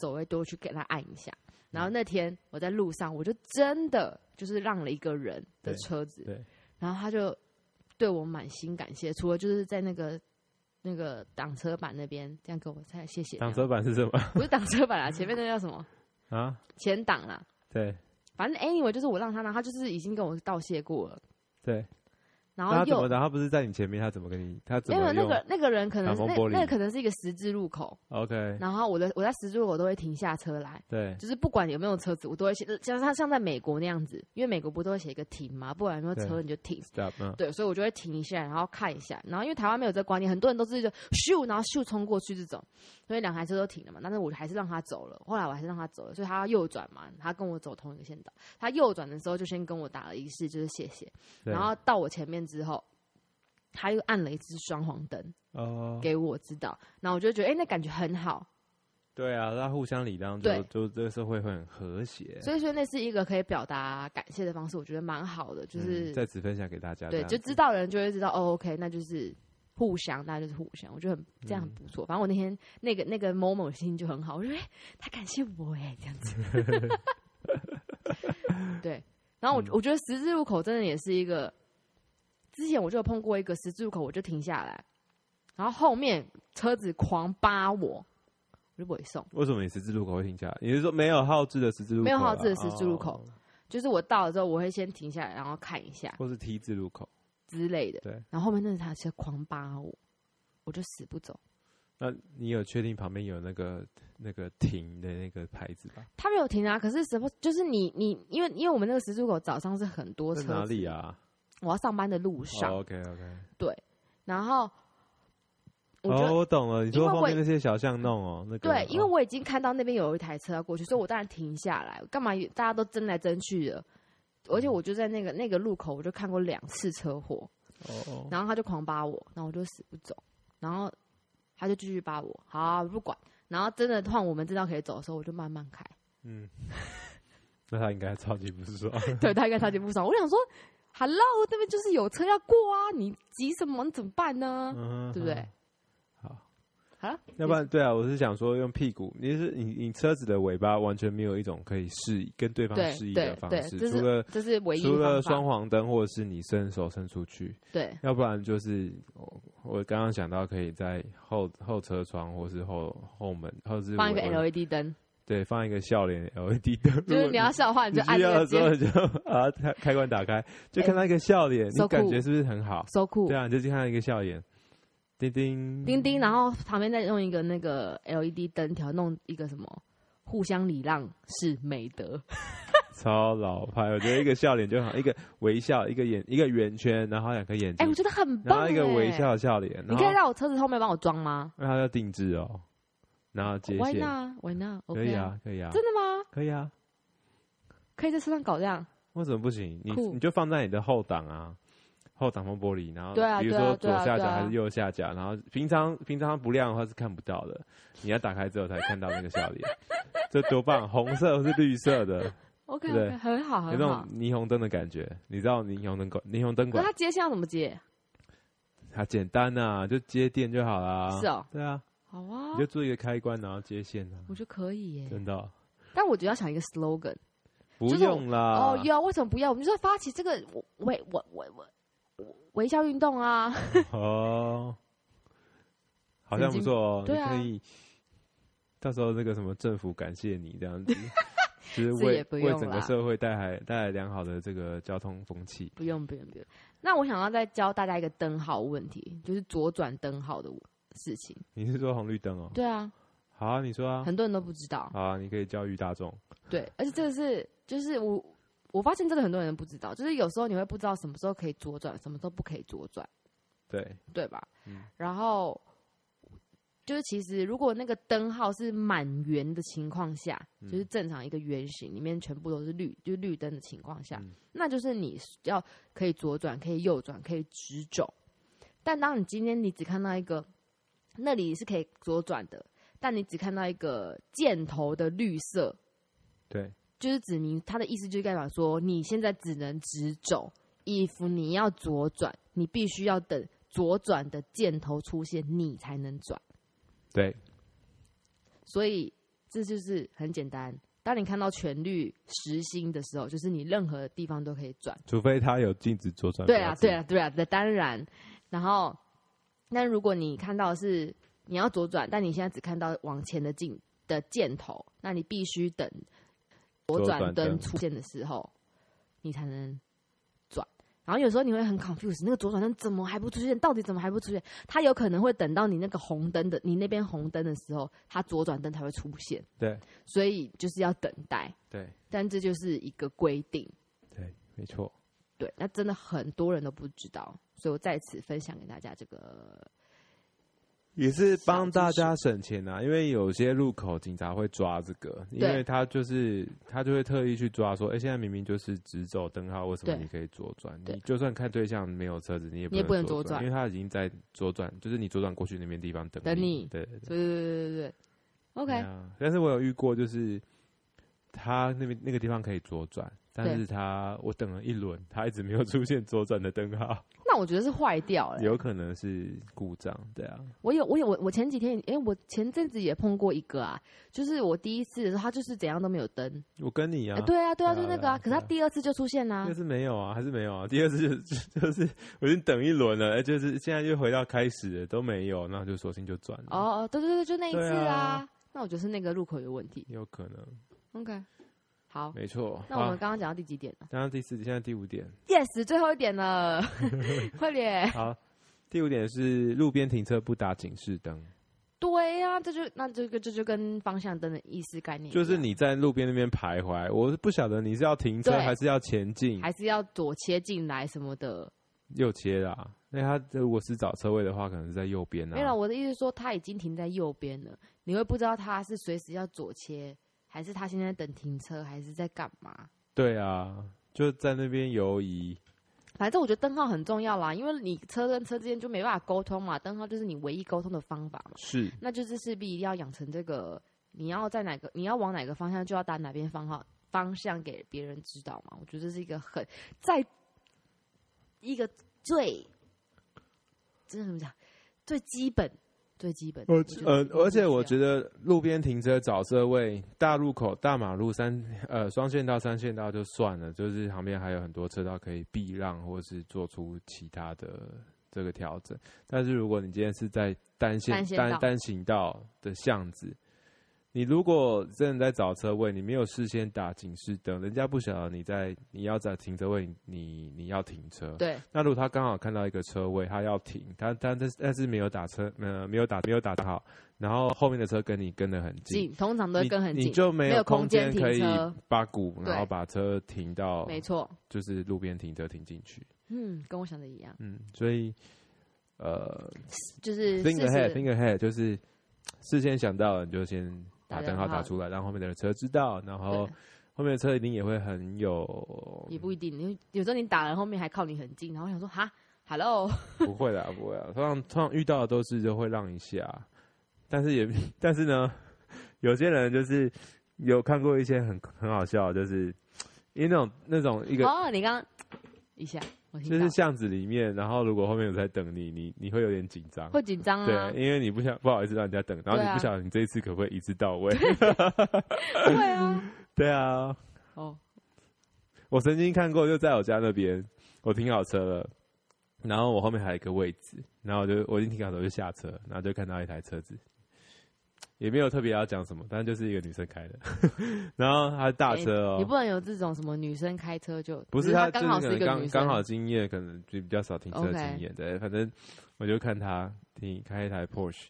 [SPEAKER 1] 手会多去给他按一下。然后
[SPEAKER 2] 嗯
[SPEAKER 1] 那天我在路上，我就真的就是让了一个人的
[SPEAKER 2] 对
[SPEAKER 1] 车子，
[SPEAKER 2] 对
[SPEAKER 1] 然后他就对我满心感谢，除了就是在那个那个挡车板那边这样给我才谢谢这
[SPEAKER 2] 挡
[SPEAKER 1] 样，
[SPEAKER 2] 车板是什么
[SPEAKER 1] 不是挡车板啦，前面那叫什么
[SPEAKER 2] [laughs] 啊？
[SPEAKER 1] 前挡啦，
[SPEAKER 2] 对
[SPEAKER 1] 反正 anyway 就是我让他，然后他就是已经跟我道谢过了。
[SPEAKER 2] 对，
[SPEAKER 1] 然
[SPEAKER 2] 那
[SPEAKER 1] 后
[SPEAKER 2] 他怎
[SPEAKER 1] 又
[SPEAKER 2] 么？然后不是在你前面，他怎么跟你？他怎
[SPEAKER 1] 因
[SPEAKER 2] 么
[SPEAKER 1] 为
[SPEAKER 2] 用
[SPEAKER 1] 那个那个人可能
[SPEAKER 2] 挡
[SPEAKER 1] 是
[SPEAKER 2] 风
[SPEAKER 1] 那
[SPEAKER 2] 玻璃
[SPEAKER 1] 那个可能是一个十字路口，
[SPEAKER 2] OK，
[SPEAKER 1] 然后我的我在十字路口都会停下车来，
[SPEAKER 2] 对
[SPEAKER 1] 就是不管有没有车子，我都会写，像像像在美国那样子，因为美国不都会写一个停嘛，不管有没有车
[SPEAKER 2] 对
[SPEAKER 1] 你就停。
[SPEAKER 2] ，stop，嗯，
[SPEAKER 1] 对，所以我就会停一下，然后看一下。然后因为台湾没有这个观念，很多人都是就咻，然后咻冲过去这种，所以两台车都停了嘛。但是我还是让他走了，后来我还是让他走了，所以他要右转嘛，他跟我走同一个线道。他右转的时候就先跟我打了一次，就是谢谢。
[SPEAKER 2] 对
[SPEAKER 1] 然后到我前面之后，他又按了一次双黄灯
[SPEAKER 2] 哦，
[SPEAKER 1] 给我知道，然后我就觉得哎、诶那感觉很好，
[SPEAKER 2] 对啊，那互相礼让就
[SPEAKER 1] 对
[SPEAKER 2] 就这个社会会很和谐，
[SPEAKER 1] 所以说那是一个可以表达感谢的方式，我觉得蛮好的，就
[SPEAKER 2] 嗯
[SPEAKER 1] 是、
[SPEAKER 2] 在此分享给大家这
[SPEAKER 1] 对，
[SPEAKER 2] 样
[SPEAKER 1] 就
[SPEAKER 2] 子，
[SPEAKER 1] 知道的人就会知道哦，OK，那就是互相，大家就是互相，我觉得很这样很不
[SPEAKER 2] 嗯
[SPEAKER 1] 错。反正我那天那个那个某某心情就很好，我说哎、他感谢我哎、这样
[SPEAKER 2] [laughs]
[SPEAKER 1] 子，对。然后我、
[SPEAKER 2] 嗯
[SPEAKER 1] 我觉得十字路口真的也是一个，之前我就有碰过一个十字路口，我就停下来，然后后面车子狂扒我，我就不会送。
[SPEAKER 2] 为什么你十字路口会停下来？你是说没有号志的十字路口啊？
[SPEAKER 1] 没有号志的十字路口
[SPEAKER 2] 哦
[SPEAKER 1] 就是我到了之后，我会先停下来，然后看一下，
[SPEAKER 2] 或是 T 字路口？
[SPEAKER 1] 之类的。
[SPEAKER 2] 对，
[SPEAKER 1] 然后后面那台车狂扒我，我就死不走。
[SPEAKER 2] 那你有确定旁边有那个那个停的那个牌子吧？
[SPEAKER 1] 他没有停啊，可是什么？就是你你，因为因为我们那个十字路口早上是很多
[SPEAKER 2] 在
[SPEAKER 1] 车，
[SPEAKER 2] 哪里？啊？哦
[SPEAKER 1] 我要上班的路上，
[SPEAKER 2] OK OK，
[SPEAKER 1] 然后我觉
[SPEAKER 2] 哦，
[SPEAKER 1] 得、
[SPEAKER 2] 我懂了，你
[SPEAKER 1] 因
[SPEAKER 2] 说
[SPEAKER 1] 为
[SPEAKER 2] 后
[SPEAKER 1] 我
[SPEAKER 2] 面那些小巷弄哦，那个
[SPEAKER 1] 对，因为
[SPEAKER 2] 哦
[SPEAKER 1] 我已经看到那边有一台车要过去，所以我当然停下来，干嘛？大家都争来争去的。而且我就在那个那个路口，我就看过两次车祸，
[SPEAKER 2] 嗯哦哦
[SPEAKER 1] 然后他就狂扒我，然后我就死不走，然后他就继续扒我，好、我不管。然后真的换我们知道可以走的时候，我就慢慢开。
[SPEAKER 2] 嗯， [laughs] 那他应该超级不爽， [laughs]
[SPEAKER 1] 对他应该超级不爽。我想说，Hello，那边就是有车要过啊，你急什么？你怎么办呢？
[SPEAKER 2] 嗯
[SPEAKER 1] 对不对？？
[SPEAKER 2] 好。
[SPEAKER 1] 好了，
[SPEAKER 2] 要不然，对啊，我是想说用屁股，你是你你车子的尾巴完全没有一种可以示意跟对嗯方
[SPEAKER 1] 对
[SPEAKER 2] 示意的
[SPEAKER 1] 对
[SPEAKER 2] 方
[SPEAKER 1] 对，
[SPEAKER 2] 式，
[SPEAKER 1] 这
[SPEAKER 2] 除了
[SPEAKER 1] 是这是唯一
[SPEAKER 2] 除了
[SPEAKER 1] 的
[SPEAKER 2] 双
[SPEAKER 1] 方法。
[SPEAKER 2] 黄灯或者是你伸手伸出去，
[SPEAKER 1] 对
[SPEAKER 2] 要不然就是我我刚刚想到可以在后后车窗或是后后门，或是
[SPEAKER 1] 放一个
[SPEAKER 2] 我
[SPEAKER 1] LED 灯，
[SPEAKER 2] 对放一个笑脸 LED 灯，
[SPEAKER 1] [laughs] 就是你要笑的话，你
[SPEAKER 2] 你
[SPEAKER 1] 就按
[SPEAKER 2] 需要
[SPEAKER 1] 那个
[SPEAKER 2] 的时
[SPEAKER 1] 键哎
[SPEAKER 2] 候你就把它开开关打开，就看到一个笑脸，你
[SPEAKER 1] so
[SPEAKER 2] 感觉
[SPEAKER 1] cool
[SPEAKER 2] 是不是很好？
[SPEAKER 1] ，so cool，
[SPEAKER 2] 对啊，你就去看到一个笑脸，叮叮
[SPEAKER 1] 叮叮，然后旁边再用一个那个 LED 灯条弄一个什么。互相礼让是美德，
[SPEAKER 2] 超老派，我觉得一个笑脸就好，一个微笑，一个眼，一个圆圈，然后两颗眼
[SPEAKER 1] 哎、
[SPEAKER 2] 睛，
[SPEAKER 1] 我觉得很棒、哎欸
[SPEAKER 2] 然后一个微，笑笑脸，
[SPEAKER 1] 你
[SPEAKER 2] 然
[SPEAKER 1] 可
[SPEAKER 2] 后
[SPEAKER 1] 以让我车子后面帮我装吗
[SPEAKER 2] 让它要定制哦，然后接
[SPEAKER 1] ？Why
[SPEAKER 2] 线，
[SPEAKER 1] not？Why
[SPEAKER 2] 可
[SPEAKER 1] not？OK，、
[SPEAKER 2] 以啊，可以啊，
[SPEAKER 1] 真的吗？
[SPEAKER 2] 可以啊，
[SPEAKER 1] 可以在车上搞这样？
[SPEAKER 2] 为什么不行？你
[SPEAKER 1] 酷
[SPEAKER 2] 你就放在你的后挡啊，后挡风玻璃，然后
[SPEAKER 1] 对啊
[SPEAKER 2] 比如
[SPEAKER 1] 对啊
[SPEAKER 2] 说左
[SPEAKER 1] 对啊
[SPEAKER 2] 下
[SPEAKER 1] 对
[SPEAKER 2] 角
[SPEAKER 1] 啊
[SPEAKER 2] 还是右下角，然后平常平常不亮的话是看不到的，你要打开之后才看到那个笑脸，这多棒！红色是绿色的，
[SPEAKER 1] OK
[SPEAKER 2] 对
[SPEAKER 1] OK，很好
[SPEAKER 2] 有那
[SPEAKER 1] 很好
[SPEAKER 2] 种。霓虹灯的感觉，你知道霓虹灯管，霓虹灯
[SPEAKER 1] 那
[SPEAKER 2] 管
[SPEAKER 1] 他接线要怎么接？
[SPEAKER 2] 它简单啊，就接电就好啦。
[SPEAKER 1] 是哦，
[SPEAKER 2] 对啊，
[SPEAKER 1] 好啊
[SPEAKER 2] 你就，做一个开关，然后接线啊，
[SPEAKER 1] 我觉得可以耶。
[SPEAKER 2] 真的哦
[SPEAKER 1] 但我觉得要想一个 slogan。
[SPEAKER 2] 不用啦
[SPEAKER 1] 哦，。要为什么不要？我们就说发起这个我微我我我我微笑运动啊。
[SPEAKER 2] [laughs] 哦，好像不错哦，你
[SPEAKER 1] 对啊
[SPEAKER 2] 可以到时候那个什么政府感谢你
[SPEAKER 1] [laughs]
[SPEAKER 2] 这样子，就是
[SPEAKER 1] 这
[SPEAKER 2] 为
[SPEAKER 1] 也不
[SPEAKER 2] 为
[SPEAKER 1] 用啦
[SPEAKER 2] 整个社会带来带来良好的这个交通风气。
[SPEAKER 1] 不用不用不用。那我想要再教大家一个灯号问题，就是左转灯号的事情。
[SPEAKER 2] 你是说红绿灯哦？
[SPEAKER 1] 对啊，
[SPEAKER 2] 好啊，你说啊，
[SPEAKER 1] 很多人都不知道。
[SPEAKER 2] 好啊，你可以教育大众。
[SPEAKER 1] 对，而且这个是就是我我发现真的很多人不知道，就是有时候你会不知道什么时候可以左转，什么时候不可以左转。
[SPEAKER 2] 对，
[SPEAKER 1] 对吧？
[SPEAKER 2] 嗯
[SPEAKER 1] 然后就是其实如果那个灯号是满圆的情况下，
[SPEAKER 2] 嗯
[SPEAKER 1] 就是正常一个圆形里面全部都是绿，就是绿灯的情况下，
[SPEAKER 2] 嗯
[SPEAKER 1] 那就是你要可以左转，可以右转，可以直走。但当你今天你只看到一个那里是可以左转的，但你只看到一个箭头的绿色，
[SPEAKER 2] 对，
[SPEAKER 1] 就是指明他的意思就是代表说，你现在只能直走，if 你要左转，你必须要等左转的箭头出现，你才能转。
[SPEAKER 2] 对，
[SPEAKER 1] 所以这就是很简单。当你看到全绿实心的时候，就是你任何地方都可以转。
[SPEAKER 2] 除非他有禁止左转。
[SPEAKER 1] 对啊，对，啊，对啊，那当然。然后，但如果你看到的是你要左转，但你现在只看到往前的镜的箭头，那你必须等左
[SPEAKER 2] 左
[SPEAKER 1] 转
[SPEAKER 2] 转
[SPEAKER 1] 灯
[SPEAKER 2] 灯
[SPEAKER 1] 出现的时候，你才能转。然后有时候你会很 confused，那个左转灯怎么还不出现？到底怎么还不出现？它有可能会等到你那个红灯的，你那边红灯的时候，它左转灯才会出现。
[SPEAKER 2] 对，
[SPEAKER 1] 所以就是要等待，
[SPEAKER 2] 对
[SPEAKER 1] 但这就是一个规定。
[SPEAKER 2] 对，没错。
[SPEAKER 1] 对，那真的很多人都不知道，所以我在此分享给大家这个。
[SPEAKER 2] 也是帮大家省钱啊，因为有些路口警察会抓这个，因为他就是他就会特意去抓说，哎、现在明明就是直走灯号，为什么
[SPEAKER 1] 对
[SPEAKER 2] 你可以左转？
[SPEAKER 1] 对
[SPEAKER 2] 你就算看对象没有车子，你也
[SPEAKER 1] 你也不能
[SPEAKER 2] 左
[SPEAKER 1] 左转
[SPEAKER 2] 因为他已经在左转，就是你左转过去那边地方等
[SPEAKER 1] 等
[SPEAKER 2] 你
[SPEAKER 1] 你
[SPEAKER 2] 对对对
[SPEAKER 1] 对对对对对，OK，
[SPEAKER 2] 对啊但是我有遇过，就是他那边那个地方可以左转，但是他我等了一轮，他一直没有出现左转的灯号，
[SPEAKER 1] 那我觉得是坏掉了、
[SPEAKER 2] 有可能是故障，对啊，
[SPEAKER 1] 我有，我有，我我前几天，哎、我前阵子也碰过一个啊，就是我第一次的时候，他就是怎样都没有灯，
[SPEAKER 2] 我跟你
[SPEAKER 1] 哎、
[SPEAKER 2] 啊，
[SPEAKER 1] 对啊，对啊，
[SPEAKER 2] 对
[SPEAKER 1] 就
[SPEAKER 2] 啊
[SPEAKER 1] 那个啊，可是
[SPEAKER 2] 对啊
[SPEAKER 1] 他第二次就出现啦、
[SPEAKER 2] 就是没有啊，还是没有啊。第二次就就就是我已经等一轮了，哎就是现在又回到开始了都没有，那就索性就转了。，
[SPEAKER 1] 哦哦，对对对，就那一次
[SPEAKER 2] 对
[SPEAKER 1] 啊，
[SPEAKER 2] 啊
[SPEAKER 1] 那我觉得是那个入口有问题。
[SPEAKER 2] 有可能，
[SPEAKER 1] OK，好，
[SPEAKER 2] 没啊错。
[SPEAKER 1] 那我们
[SPEAKER 2] 好
[SPEAKER 1] 刚刚讲到第几点了
[SPEAKER 2] 刚刚第四，现在第五点，
[SPEAKER 1] ？Yes，最后一点了，
[SPEAKER 2] [laughs]
[SPEAKER 1] 快点。
[SPEAKER 2] 好，第五点是路边停车不打警示灯，
[SPEAKER 1] 对呀、这就那这个这就跟方向灯的意思概念一样，
[SPEAKER 2] 就是你在路边那边徘徊，我是不晓得你是要停车
[SPEAKER 1] 对
[SPEAKER 2] 还是要前进，
[SPEAKER 1] 还是要左切进来什么的。
[SPEAKER 2] 右切啦。那他如果是找车位的话，可能是在右边
[SPEAKER 1] 没有啦，
[SPEAKER 2] 啊。
[SPEAKER 1] 我的意思是说他已经停在右边了，你会不知道他是随时要左切，还是他现在等停车，还是在干嘛？
[SPEAKER 2] 对啊，就在那边游移。
[SPEAKER 1] 反正我觉得灯号很重要啦，因为你车跟车之间就没办法沟通嘛，灯号就是你唯一沟通的方法嘛，
[SPEAKER 2] 是，
[SPEAKER 1] 那就是势必一定要养成这个，你要在哪个，你要往哪个方向，就要打哪边方号方向给别人知道嘛。我觉得这是一个很在一个最，这是怎么讲？最基本，最基本。我觉得
[SPEAKER 2] 呃
[SPEAKER 1] 一，定
[SPEAKER 2] 而且
[SPEAKER 1] 需
[SPEAKER 2] 我
[SPEAKER 1] 要
[SPEAKER 2] 觉得路边停车找车位，大路口、大马路三呃双线道、三线道就算了，就是旁边还有很多车道可以避让，或是做出其他的这个调整。但是如果你今天是在单线
[SPEAKER 1] 单线
[SPEAKER 2] 单
[SPEAKER 1] 道
[SPEAKER 2] 单行道的巷子，你如果真的在找车位，你没有事先打警示灯，人家不晓得你在你要找停车位，你你要停车，
[SPEAKER 1] 对
[SPEAKER 2] 那如果他刚好看到一个车位，他要停，他他但是但是没有打车，呃，没有打没有打好，然后后面的车跟你跟得很近，
[SPEAKER 1] 近，通常都会跟很
[SPEAKER 2] 你你
[SPEAKER 1] 近，
[SPEAKER 2] 就没
[SPEAKER 1] 没有
[SPEAKER 2] 空
[SPEAKER 1] 空间
[SPEAKER 2] 可以
[SPEAKER 1] 停车
[SPEAKER 2] 把鼓，然后
[SPEAKER 1] 对
[SPEAKER 2] 把车停到
[SPEAKER 1] 没错。
[SPEAKER 2] 就是路边停车停进去，
[SPEAKER 1] 嗯，跟我想的一样，
[SPEAKER 2] 嗯，所以呃
[SPEAKER 1] 就是
[SPEAKER 2] ，think
[SPEAKER 1] 事
[SPEAKER 2] ahead
[SPEAKER 1] 实
[SPEAKER 2] think ahead 就是事先想到了你就先把
[SPEAKER 1] 打
[SPEAKER 2] 灯号
[SPEAKER 1] 灯号
[SPEAKER 2] 打出来，让后面的车知道，然后
[SPEAKER 1] 对
[SPEAKER 2] 后面的车一定也会很有
[SPEAKER 1] 也不一定。你有时候你打了，后面还靠你很近，然后想说哈，hello，
[SPEAKER 2] [laughs] 不会啦，不会啦，通常通常遇到的都是就会让一下，啊但是也 [laughs] 但是呢，有些人就是有看过一些很很好笑的，就是因为那种那种一个、
[SPEAKER 1] 哦，你刚一下，我听
[SPEAKER 2] 就
[SPEAKER 1] 到
[SPEAKER 2] 是巷子里面，然后如果后面有在等你，你你会有点紧张。
[SPEAKER 1] 会紧张啊
[SPEAKER 2] 对，，因为你不想不好意思让人家等，然后你
[SPEAKER 1] 对啊
[SPEAKER 2] 不晓得你这一次可不可以一次
[SPEAKER 1] [laughs]
[SPEAKER 2] 到位。
[SPEAKER 1] 对啊，
[SPEAKER 2] 对啊，
[SPEAKER 1] 哦，
[SPEAKER 2] 我曾经看过，就在我家那边，我停好车了，然后我后面还有一个位置，然后我就我已经停好车我就下车，然后就看到一台车子，也没有特别要讲什么，但就是一个女生开的， [laughs] 然后她是大车哦、
[SPEAKER 1] 哎你不能有这种什么女生开车就
[SPEAKER 2] 不
[SPEAKER 1] 只
[SPEAKER 2] 是
[SPEAKER 1] 是她
[SPEAKER 2] 就
[SPEAKER 1] 刚好
[SPEAKER 2] 是
[SPEAKER 1] 是一
[SPEAKER 2] 可能
[SPEAKER 1] 个
[SPEAKER 2] 刚
[SPEAKER 1] 女
[SPEAKER 2] 刚
[SPEAKER 1] 生，
[SPEAKER 2] 好经验可能就比较少停车的
[SPEAKER 1] OK
[SPEAKER 2] 经验，对，反正我就看她停开一台 Porsche，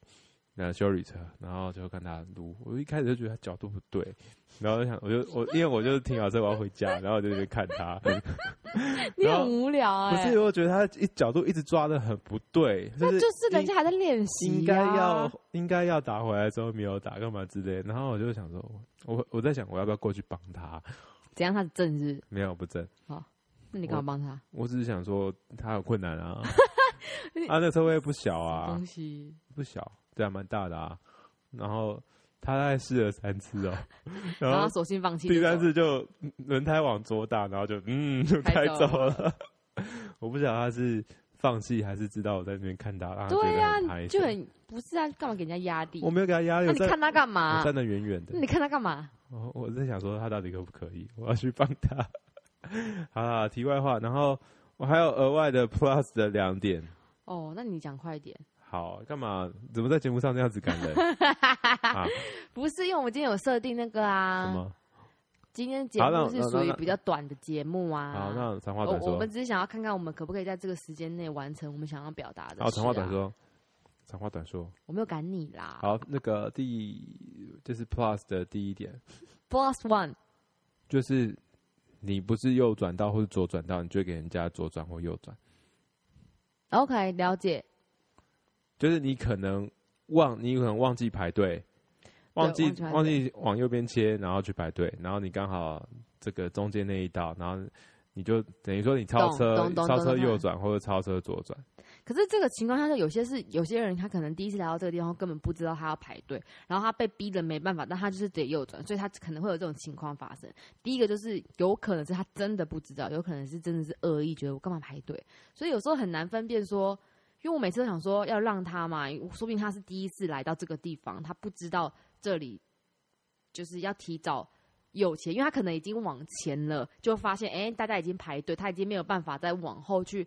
[SPEAKER 2] 那修理车，然后就看她撸，我一开始就觉得她角度不对，然后我就想我就我因为我就停好车我要回家，然后我就去看她，
[SPEAKER 1] 你
[SPEAKER 2] 然后
[SPEAKER 1] 很无聊
[SPEAKER 2] 不
[SPEAKER 1] 哎、
[SPEAKER 2] 是，我觉得他一角度一直抓的很不对，
[SPEAKER 1] 那
[SPEAKER 2] 是
[SPEAKER 1] 就是人家还在练习、啊，
[SPEAKER 2] 应应该要应该要打回来之后没有打，干嘛之类的。然后我就想说，我我在想我要不要过去帮他？
[SPEAKER 1] 怎样他的正日，
[SPEAKER 2] 没有不正，
[SPEAKER 1] 那你干嘛帮他？
[SPEAKER 2] 我只是想说他有困
[SPEAKER 1] [laughs]
[SPEAKER 2] 难啊
[SPEAKER 1] 你，
[SPEAKER 2] 啊那车位不小
[SPEAKER 1] 什么
[SPEAKER 2] 啊
[SPEAKER 1] 东，西
[SPEAKER 2] 不小，对啊，蛮大的啊。然后他大概试了三
[SPEAKER 1] [laughs]
[SPEAKER 2] 次哦，然
[SPEAKER 1] 然
[SPEAKER 2] 后
[SPEAKER 1] 后索性放弃就
[SPEAKER 2] 第
[SPEAKER 1] 走了。
[SPEAKER 2] 三次就嗯轮胎往左打，然后就
[SPEAKER 1] [laughs]
[SPEAKER 2] 嗯就
[SPEAKER 1] 开
[SPEAKER 2] 开
[SPEAKER 1] 走
[SPEAKER 2] 走了。 [laughs] 我不晓得他是放弃还是知道我在那边看他，让啊他觉
[SPEAKER 1] 对
[SPEAKER 2] 得
[SPEAKER 1] 呀、
[SPEAKER 2] 很
[SPEAKER 1] 你
[SPEAKER 2] 害羞
[SPEAKER 1] 就很不是啊，干嘛给人家压力
[SPEAKER 2] 我？没有给他压力，
[SPEAKER 1] 那
[SPEAKER 2] 我
[SPEAKER 1] 你
[SPEAKER 2] 站
[SPEAKER 1] 看他干
[SPEAKER 2] 我
[SPEAKER 1] 嘛？
[SPEAKER 2] 站得远远的
[SPEAKER 1] 那，你看他干嘛？
[SPEAKER 2] 我我在想说他到底可不可以，我要去帮他。 [laughs] 好啦，题外话，然后我还有额外的 plus 的两点。
[SPEAKER 1] 哦，那你讲快一点。
[SPEAKER 2] 好，干嘛？怎么在节目上
[SPEAKER 1] [laughs]
[SPEAKER 2] 这样子感人啊？
[SPEAKER 1] 不是，因为我们今天有设定那个
[SPEAKER 2] 什
[SPEAKER 1] 啊，
[SPEAKER 2] 么？
[SPEAKER 1] 今天节
[SPEAKER 2] 好那
[SPEAKER 1] 目是
[SPEAKER 2] 那
[SPEAKER 1] 属于
[SPEAKER 2] 那
[SPEAKER 1] 比较短的节目啊。
[SPEAKER 2] 好，那长话
[SPEAKER 1] 我
[SPEAKER 2] 短
[SPEAKER 1] 我
[SPEAKER 2] 说
[SPEAKER 1] 们。只是想要看看我们可不可以在这个时间内完成我们想要表达的。啊
[SPEAKER 2] 好，哦长话短，说，长话短说。
[SPEAKER 1] 我没有赶你啦。
[SPEAKER 2] 好，那个第就是 Plus 的第一点，
[SPEAKER 1] ，Plus One，
[SPEAKER 2] 就是你不是右转道或是左转道，你就会给人家左转或右转。
[SPEAKER 1] OK，了解。
[SPEAKER 2] 就是你可能忘，你可能忘记排队，忘记
[SPEAKER 1] 忘记排队
[SPEAKER 2] 忘记往右边切，然后去排队，然后你刚好这个中间那一道，然后你就等于说你超
[SPEAKER 1] 懂
[SPEAKER 2] 车
[SPEAKER 1] 懂懂
[SPEAKER 2] 超
[SPEAKER 1] 懂
[SPEAKER 2] 车
[SPEAKER 1] 懂
[SPEAKER 2] 右转或者超车左转，
[SPEAKER 1] 可是这个情况下，就有些是有些人他可能第一次来到这个地方根本不知道他要排队，然后他被逼的没办法，但他就是得右转，所以他可能会有这种情况发生。第一个就是有可能是他真的不知道，有可能是真的是恶意，觉得我干嘛排队，所以有时候很难分辨说。因为我每次都想说要让他嘛，说不定他是第一次来到这个地方，他不知道这里就是要提早有钱，因为他可能已经往前了，就发现哎、诶大家已经排队，他已经没有办法再往后去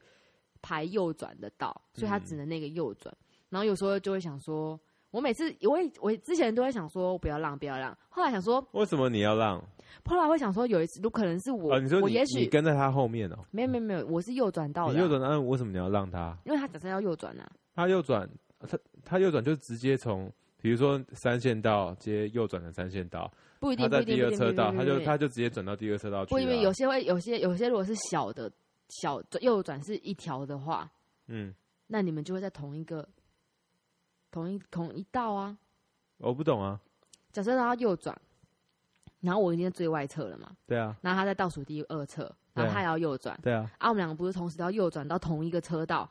[SPEAKER 1] 排右转的道，所以他
[SPEAKER 2] 嗯
[SPEAKER 1] 只能那个右转。然后有时候就会想说，我每次我也我之前都会想说不要让不要让，后来想说，
[SPEAKER 2] 为什么你要让？
[SPEAKER 1] 后来会想说有一次，有可能是我，
[SPEAKER 2] 哦，你说
[SPEAKER 1] 我
[SPEAKER 2] 你
[SPEAKER 1] 也
[SPEAKER 2] 你
[SPEAKER 1] 许
[SPEAKER 2] 跟在他后面哦、
[SPEAKER 1] 没有没有没有，我是右转道的、啊
[SPEAKER 2] 你右，转，那为什么你要让他？
[SPEAKER 1] 因为他打算要右转啊。
[SPEAKER 2] 他右转，他他右转就直接从。比如说三线道接右转的三线道，
[SPEAKER 1] 不一
[SPEAKER 2] 他
[SPEAKER 1] 定，不
[SPEAKER 2] 在
[SPEAKER 1] 一定，
[SPEAKER 2] 第
[SPEAKER 1] 不
[SPEAKER 2] 二
[SPEAKER 1] 一定
[SPEAKER 2] 车道，
[SPEAKER 1] 不
[SPEAKER 2] 他
[SPEAKER 1] 一定不
[SPEAKER 2] 就
[SPEAKER 1] 一定
[SPEAKER 2] 他就直接转到第二车道去
[SPEAKER 1] 不
[SPEAKER 2] 了啊。
[SPEAKER 1] 因为有些会有些有些如果是小的小的右转是一条的话，
[SPEAKER 2] 嗯，
[SPEAKER 1] 那你们就会在同一个同一同一道啊。
[SPEAKER 2] 我不懂啊，
[SPEAKER 1] 假设他要右转，然后我已经在最外侧了嘛，
[SPEAKER 2] 对啊，
[SPEAKER 1] 然后他在倒数第二侧，然
[SPEAKER 2] 对
[SPEAKER 1] 后他也要右转，
[SPEAKER 2] 对啊，
[SPEAKER 1] 啊，我们两个不是同时都要右转到同一个车道，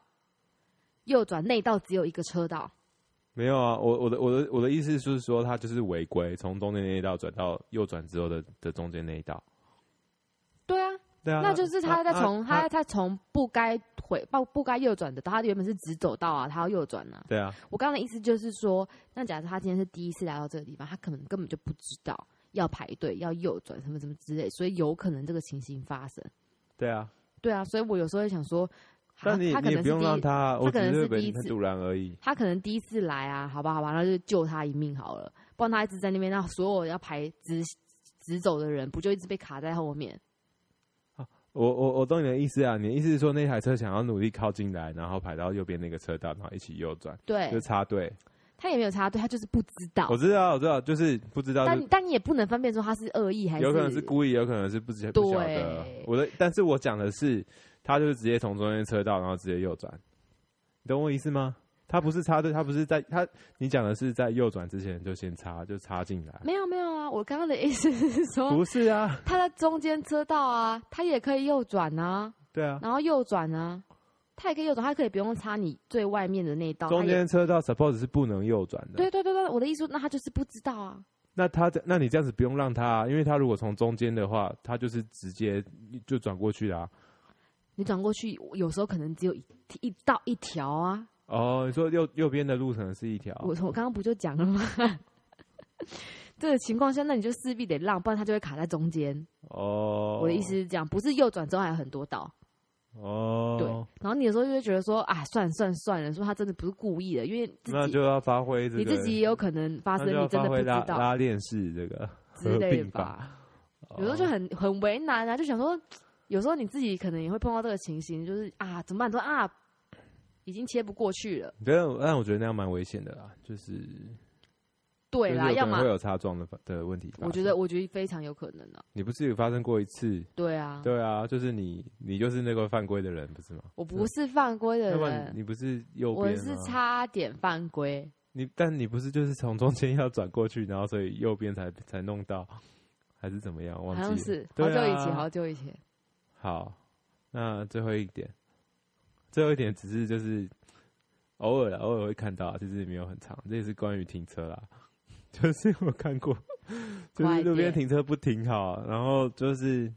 [SPEAKER 1] 右转内道只有一个车道，
[SPEAKER 2] 没有啊，我我的我的我的意思是说，他就是违规，从中间那一道转到右转之后的的中间那一道。
[SPEAKER 1] 对啊，
[SPEAKER 2] 对啊，
[SPEAKER 1] 那就是他在从
[SPEAKER 2] 他
[SPEAKER 1] 他他从不该回不不该右转的道，他原本是直走道啊，他要右转啊。
[SPEAKER 2] 对啊，
[SPEAKER 1] 我刚刚的意思就是说，那假设他今天是第一次来到这个地方，他可能根本就不知道要排队、要右转什么什么之类，所以有可能这个情形发生。
[SPEAKER 2] 对啊，
[SPEAKER 1] 对啊，所以我有时候会想说，
[SPEAKER 2] 但你
[SPEAKER 1] 啊他
[SPEAKER 2] 你
[SPEAKER 1] 可
[SPEAKER 2] 也
[SPEAKER 1] 能
[SPEAKER 2] 不
[SPEAKER 1] 是
[SPEAKER 2] 用
[SPEAKER 1] 第
[SPEAKER 2] 让
[SPEAKER 1] 一，
[SPEAKER 2] 他啊，我
[SPEAKER 1] 可
[SPEAKER 2] 只
[SPEAKER 1] 能
[SPEAKER 2] 是
[SPEAKER 1] 是
[SPEAKER 2] 被
[SPEAKER 1] 第一
[SPEAKER 2] 你
[SPEAKER 1] 次
[SPEAKER 2] 阻拦而已。
[SPEAKER 1] 他可能第一次来啊，好吧，好吧，那就救他一命好了，不然他一直在那边，那所有要排直直走的人不就一直被卡在后面？
[SPEAKER 2] 我我我懂你的意思啊，你的意思是说那台车想要努力靠近来，然后排到右边那个车道，然后一起右转，
[SPEAKER 1] 对
[SPEAKER 2] 就，插队。
[SPEAKER 1] 他也没有插队，他就是不知道
[SPEAKER 2] 我。知道，我知道，就是不知道
[SPEAKER 1] 但
[SPEAKER 2] 是。
[SPEAKER 1] 但你也不能分辨说他是恶意还
[SPEAKER 2] 有可能是故意，有可能是不知不晓得
[SPEAKER 1] 对。
[SPEAKER 2] 我的，但是我讲的是，他就是直接从中间车道，然后直接右转，你懂我意思吗？他不是插队，他不是在他，你讲的是在右转之前就先插，就插进来，
[SPEAKER 1] 没有没有啊，我刚刚的意思
[SPEAKER 2] [laughs]
[SPEAKER 1] 是说，
[SPEAKER 2] 不是啊？
[SPEAKER 1] 他在中间车道啊，他也可以右转啊，
[SPEAKER 2] 对啊，
[SPEAKER 1] 然后右转啊，他也可以右转，他可以不用插你最外面的那一道。
[SPEAKER 2] 中
[SPEAKER 1] 他也
[SPEAKER 2] 间车道 suppose 是不能右转的。
[SPEAKER 1] 对对对对，我的意思说，那他就是不知道啊。
[SPEAKER 2] 那他这，那你这样子不用让他、啊，因为他如果从中间的话，他就是直接就转过去啦、
[SPEAKER 1] 你转过去，有时候可能只有一一道一条啊。
[SPEAKER 2] 哦，你说右右边的路可能是一条，
[SPEAKER 1] 我我刚刚不就讲了吗？ [laughs] 这个情况下，那你就势必得让，不然他就会卡在中间。
[SPEAKER 2] 哦，
[SPEAKER 1] 我的意思是这样，不是右转之后还有很多道。
[SPEAKER 2] 哦，
[SPEAKER 1] 对然后你有时候就会觉得说，啊，算了算了算了，说他真的不是故意的，因为自
[SPEAKER 2] 那
[SPEAKER 1] 己
[SPEAKER 2] 就要发挥这个
[SPEAKER 1] 你自己也有可能发生，
[SPEAKER 2] 那就要
[SPEAKER 1] 你真的
[SPEAKER 2] 发
[SPEAKER 1] 不
[SPEAKER 2] 挥
[SPEAKER 1] 知
[SPEAKER 2] 拉
[SPEAKER 1] 道。
[SPEAKER 2] 拉链式这个
[SPEAKER 1] 之
[SPEAKER 2] 合
[SPEAKER 1] 类的
[SPEAKER 2] 并
[SPEAKER 1] 吧。
[SPEAKER 2] 法
[SPEAKER 1] 有时候就
[SPEAKER 2] 哦
[SPEAKER 1] 很很为难啊，就想说，有时候你自己可能也会碰到这个情形，就是啊，怎么办？说啊，已经切不过去了。
[SPEAKER 2] 觉得，哦但我觉得那样蛮危险的啦，就是
[SPEAKER 1] 对
[SPEAKER 2] 就
[SPEAKER 1] 啦，
[SPEAKER 2] 是有
[SPEAKER 1] 要
[SPEAKER 2] 可能
[SPEAKER 1] 么
[SPEAKER 2] 会有擦撞的发的问题发生。
[SPEAKER 1] 我觉得，我觉得非常有可能啊。
[SPEAKER 2] 你不是有发生过一次？
[SPEAKER 1] 对啊，
[SPEAKER 2] 对啊，就是你，你就是那个犯规的人，不是吗？
[SPEAKER 1] 我不是犯规的
[SPEAKER 2] 要不然
[SPEAKER 1] 人，
[SPEAKER 2] 你不是右
[SPEAKER 1] 我
[SPEAKER 2] 边啊
[SPEAKER 1] 是
[SPEAKER 2] 吗
[SPEAKER 1] 差点犯规。
[SPEAKER 2] 你，但你不是就是从中间要转过去，然后所以右边才才弄到，还是怎么样？忘
[SPEAKER 1] 好
[SPEAKER 2] 记了。
[SPEAKER 1] 像是好
[SPEAKER 2] 对
[SPEAKER 1] 久以前，
[SPEAKER 2] 啊
[SPEAKER 1] 好久以前，
[SPEAKER 2] 好，那最后一点，最后一点只是就是偶尔啦偶尔会看到，啊其实也没有很长。这也是关于停车啦， [laughs] 就是我看过，就
[SPEAKER 1] 快
[SPEAKER 2] 是
[SPEAKER 1] 一点
[SPEAKER 2] 路边停车不停好，啊然后就是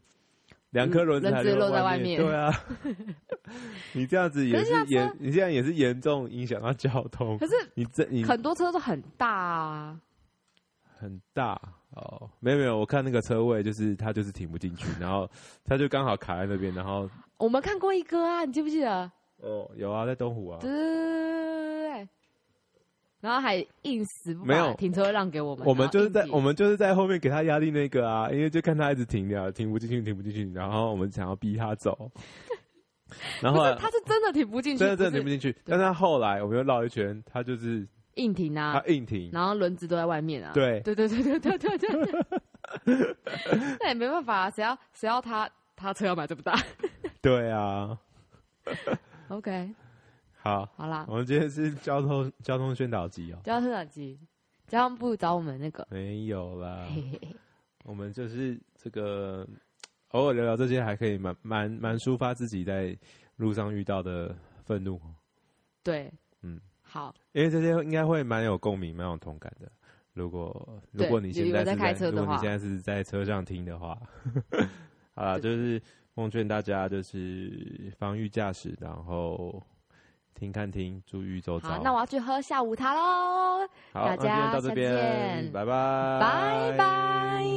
[SPEAKER 2] 两颗轮子
[SPEAKER 1] 嗯轮
[SPEAKER 2] 还
[SPEAKER 1] 子露在外
[SPEAKER 2] 面，
[SPEAKER 1] 面 [laughs]
[SPEAKER 2] 对啊，你这样子也
[SPEAKER 1] 可是
[SPEAKER 2] 是
[SPEAKER 1] 这样
[SPEAKER 2] 严
[SPEAKER 1] 车，
[SPEAKER 2] 你这样也是严重影响到交通
[SPEAKER 1] 可。是
[SPEAKER 2] 你这你
[SPEAKER 1] 很多车都很大啊。
[SPEAKER 2] 很大哦，没有没有，我看那个车位就是他就是停不进去，然后他就刚好卡在那边，然后
[SPEAKER 1] 我们看过一个啊，你记不记得？
[SPEAKER 2] 哦有啊，在东湖啊，
[SPEAKER 1] 对对对对对对对，然后还硬死不把
[SPEAKER 2] 没有
[SPEAKER 1] 停车让给我们，
[SPEAKER 2] 我们
[SPEAKER 1] 然后
[SPEAKER 2] 就是
[SPEAKER 1] 硬
[SPEAKER 2] 在
[SPEAKER 1] 挤
[SPEAKER 2] 我们就是在后面给他压力那个啊，因为就看他一直停掉，停不进去，停不进去，然后我们想要逼他
[SPEAKER 1] [laughs]
[SPEAKER 2] 走，然
[SPEAKER 1] 不
[SPEAKER 2] 后后
[SPEAKER 1] 是
[SPEAKER 2] 来
[SPEAKER 1] 他是真的停不进去，
[SPEAKER 2] 真的真的
[SPEAKER 1] 不是
[SPEAKER 2] 停不进去，但是他后来我们又绕一圈，他就是
[SPEAKER 1] 硬停啊
[SPEAKER 2] 他，硬停，
[SPEAKER 1] 然后轮子都在外面啊。
[SPEAKER 2] 对
[SPEAKER 1] 对对对对对对 [laughs] 对对。那也没办法、啊，谁要谁要他他车要买这
[SPEAKER 2] [laughs]
[SPEAKER 1] 么大
[SPEAKER 2] 对啊，
[SPEAKER 1] ？OK，
[SPEAKER 2] 好，
[SPEAKER 1] 好啦，
[SPEAKER 2] 我们今天是交通交通宣导集哦，
[SPEAKER 1] 交通长机，交通部找我们那个，
[SPEAKER 2] 没有啦，
[SPEAKER 1] 嘿嘿嘿
[SPEAKER 2] 我们就是这个偶尔聊聊这些，还可以蛮蛮蛮抒发自己在路上遇到的愤怒哦，
[SPEAKER 1] [laughs] 对，
[SPEAKER 2] 嗯
[SPEAKER 1] 嗯，好，
[SPEAKER 2] 因为这些应该会蛮有共鸣、蛮有同感的。如果如
[SPEAKER 1] 对
[SPEAKER 2] 果你现
[SPEAKER 1] 有
[SPEAKER 2] 在
[SPEAKER 1] 有
[SPEAKER 2] 是
[SPEAKER 1] 在开车的
[SPEAKER 2] 如果你
[SPEAKER 1] 话
[SPEAKER 2] 现在是在车上听
[SPEAKER 1] [laughs]
[SPEAKER 2] 的话，好啦，
[SPEAKER 1] 对
[SPEAKER 2] 就是奉劝大家就是防御驾驶，然后听看听，注意周遭。
[SPEAKER 1] 好，那我要去喝下午茶喽，
[SPEAKER 2] 好，那
[SPEAKER 1] 大
[SPEAKER 2] 今天
[SPEAKER 1] 家
[SPEAKER 2] 到这
[SPEAKER 1] 下次
[SPEAKER 2] 边，
[SPEAKER 1] 见
[SPEAKER 2] 拜拜，
[SPEAKER 1] 拜拜。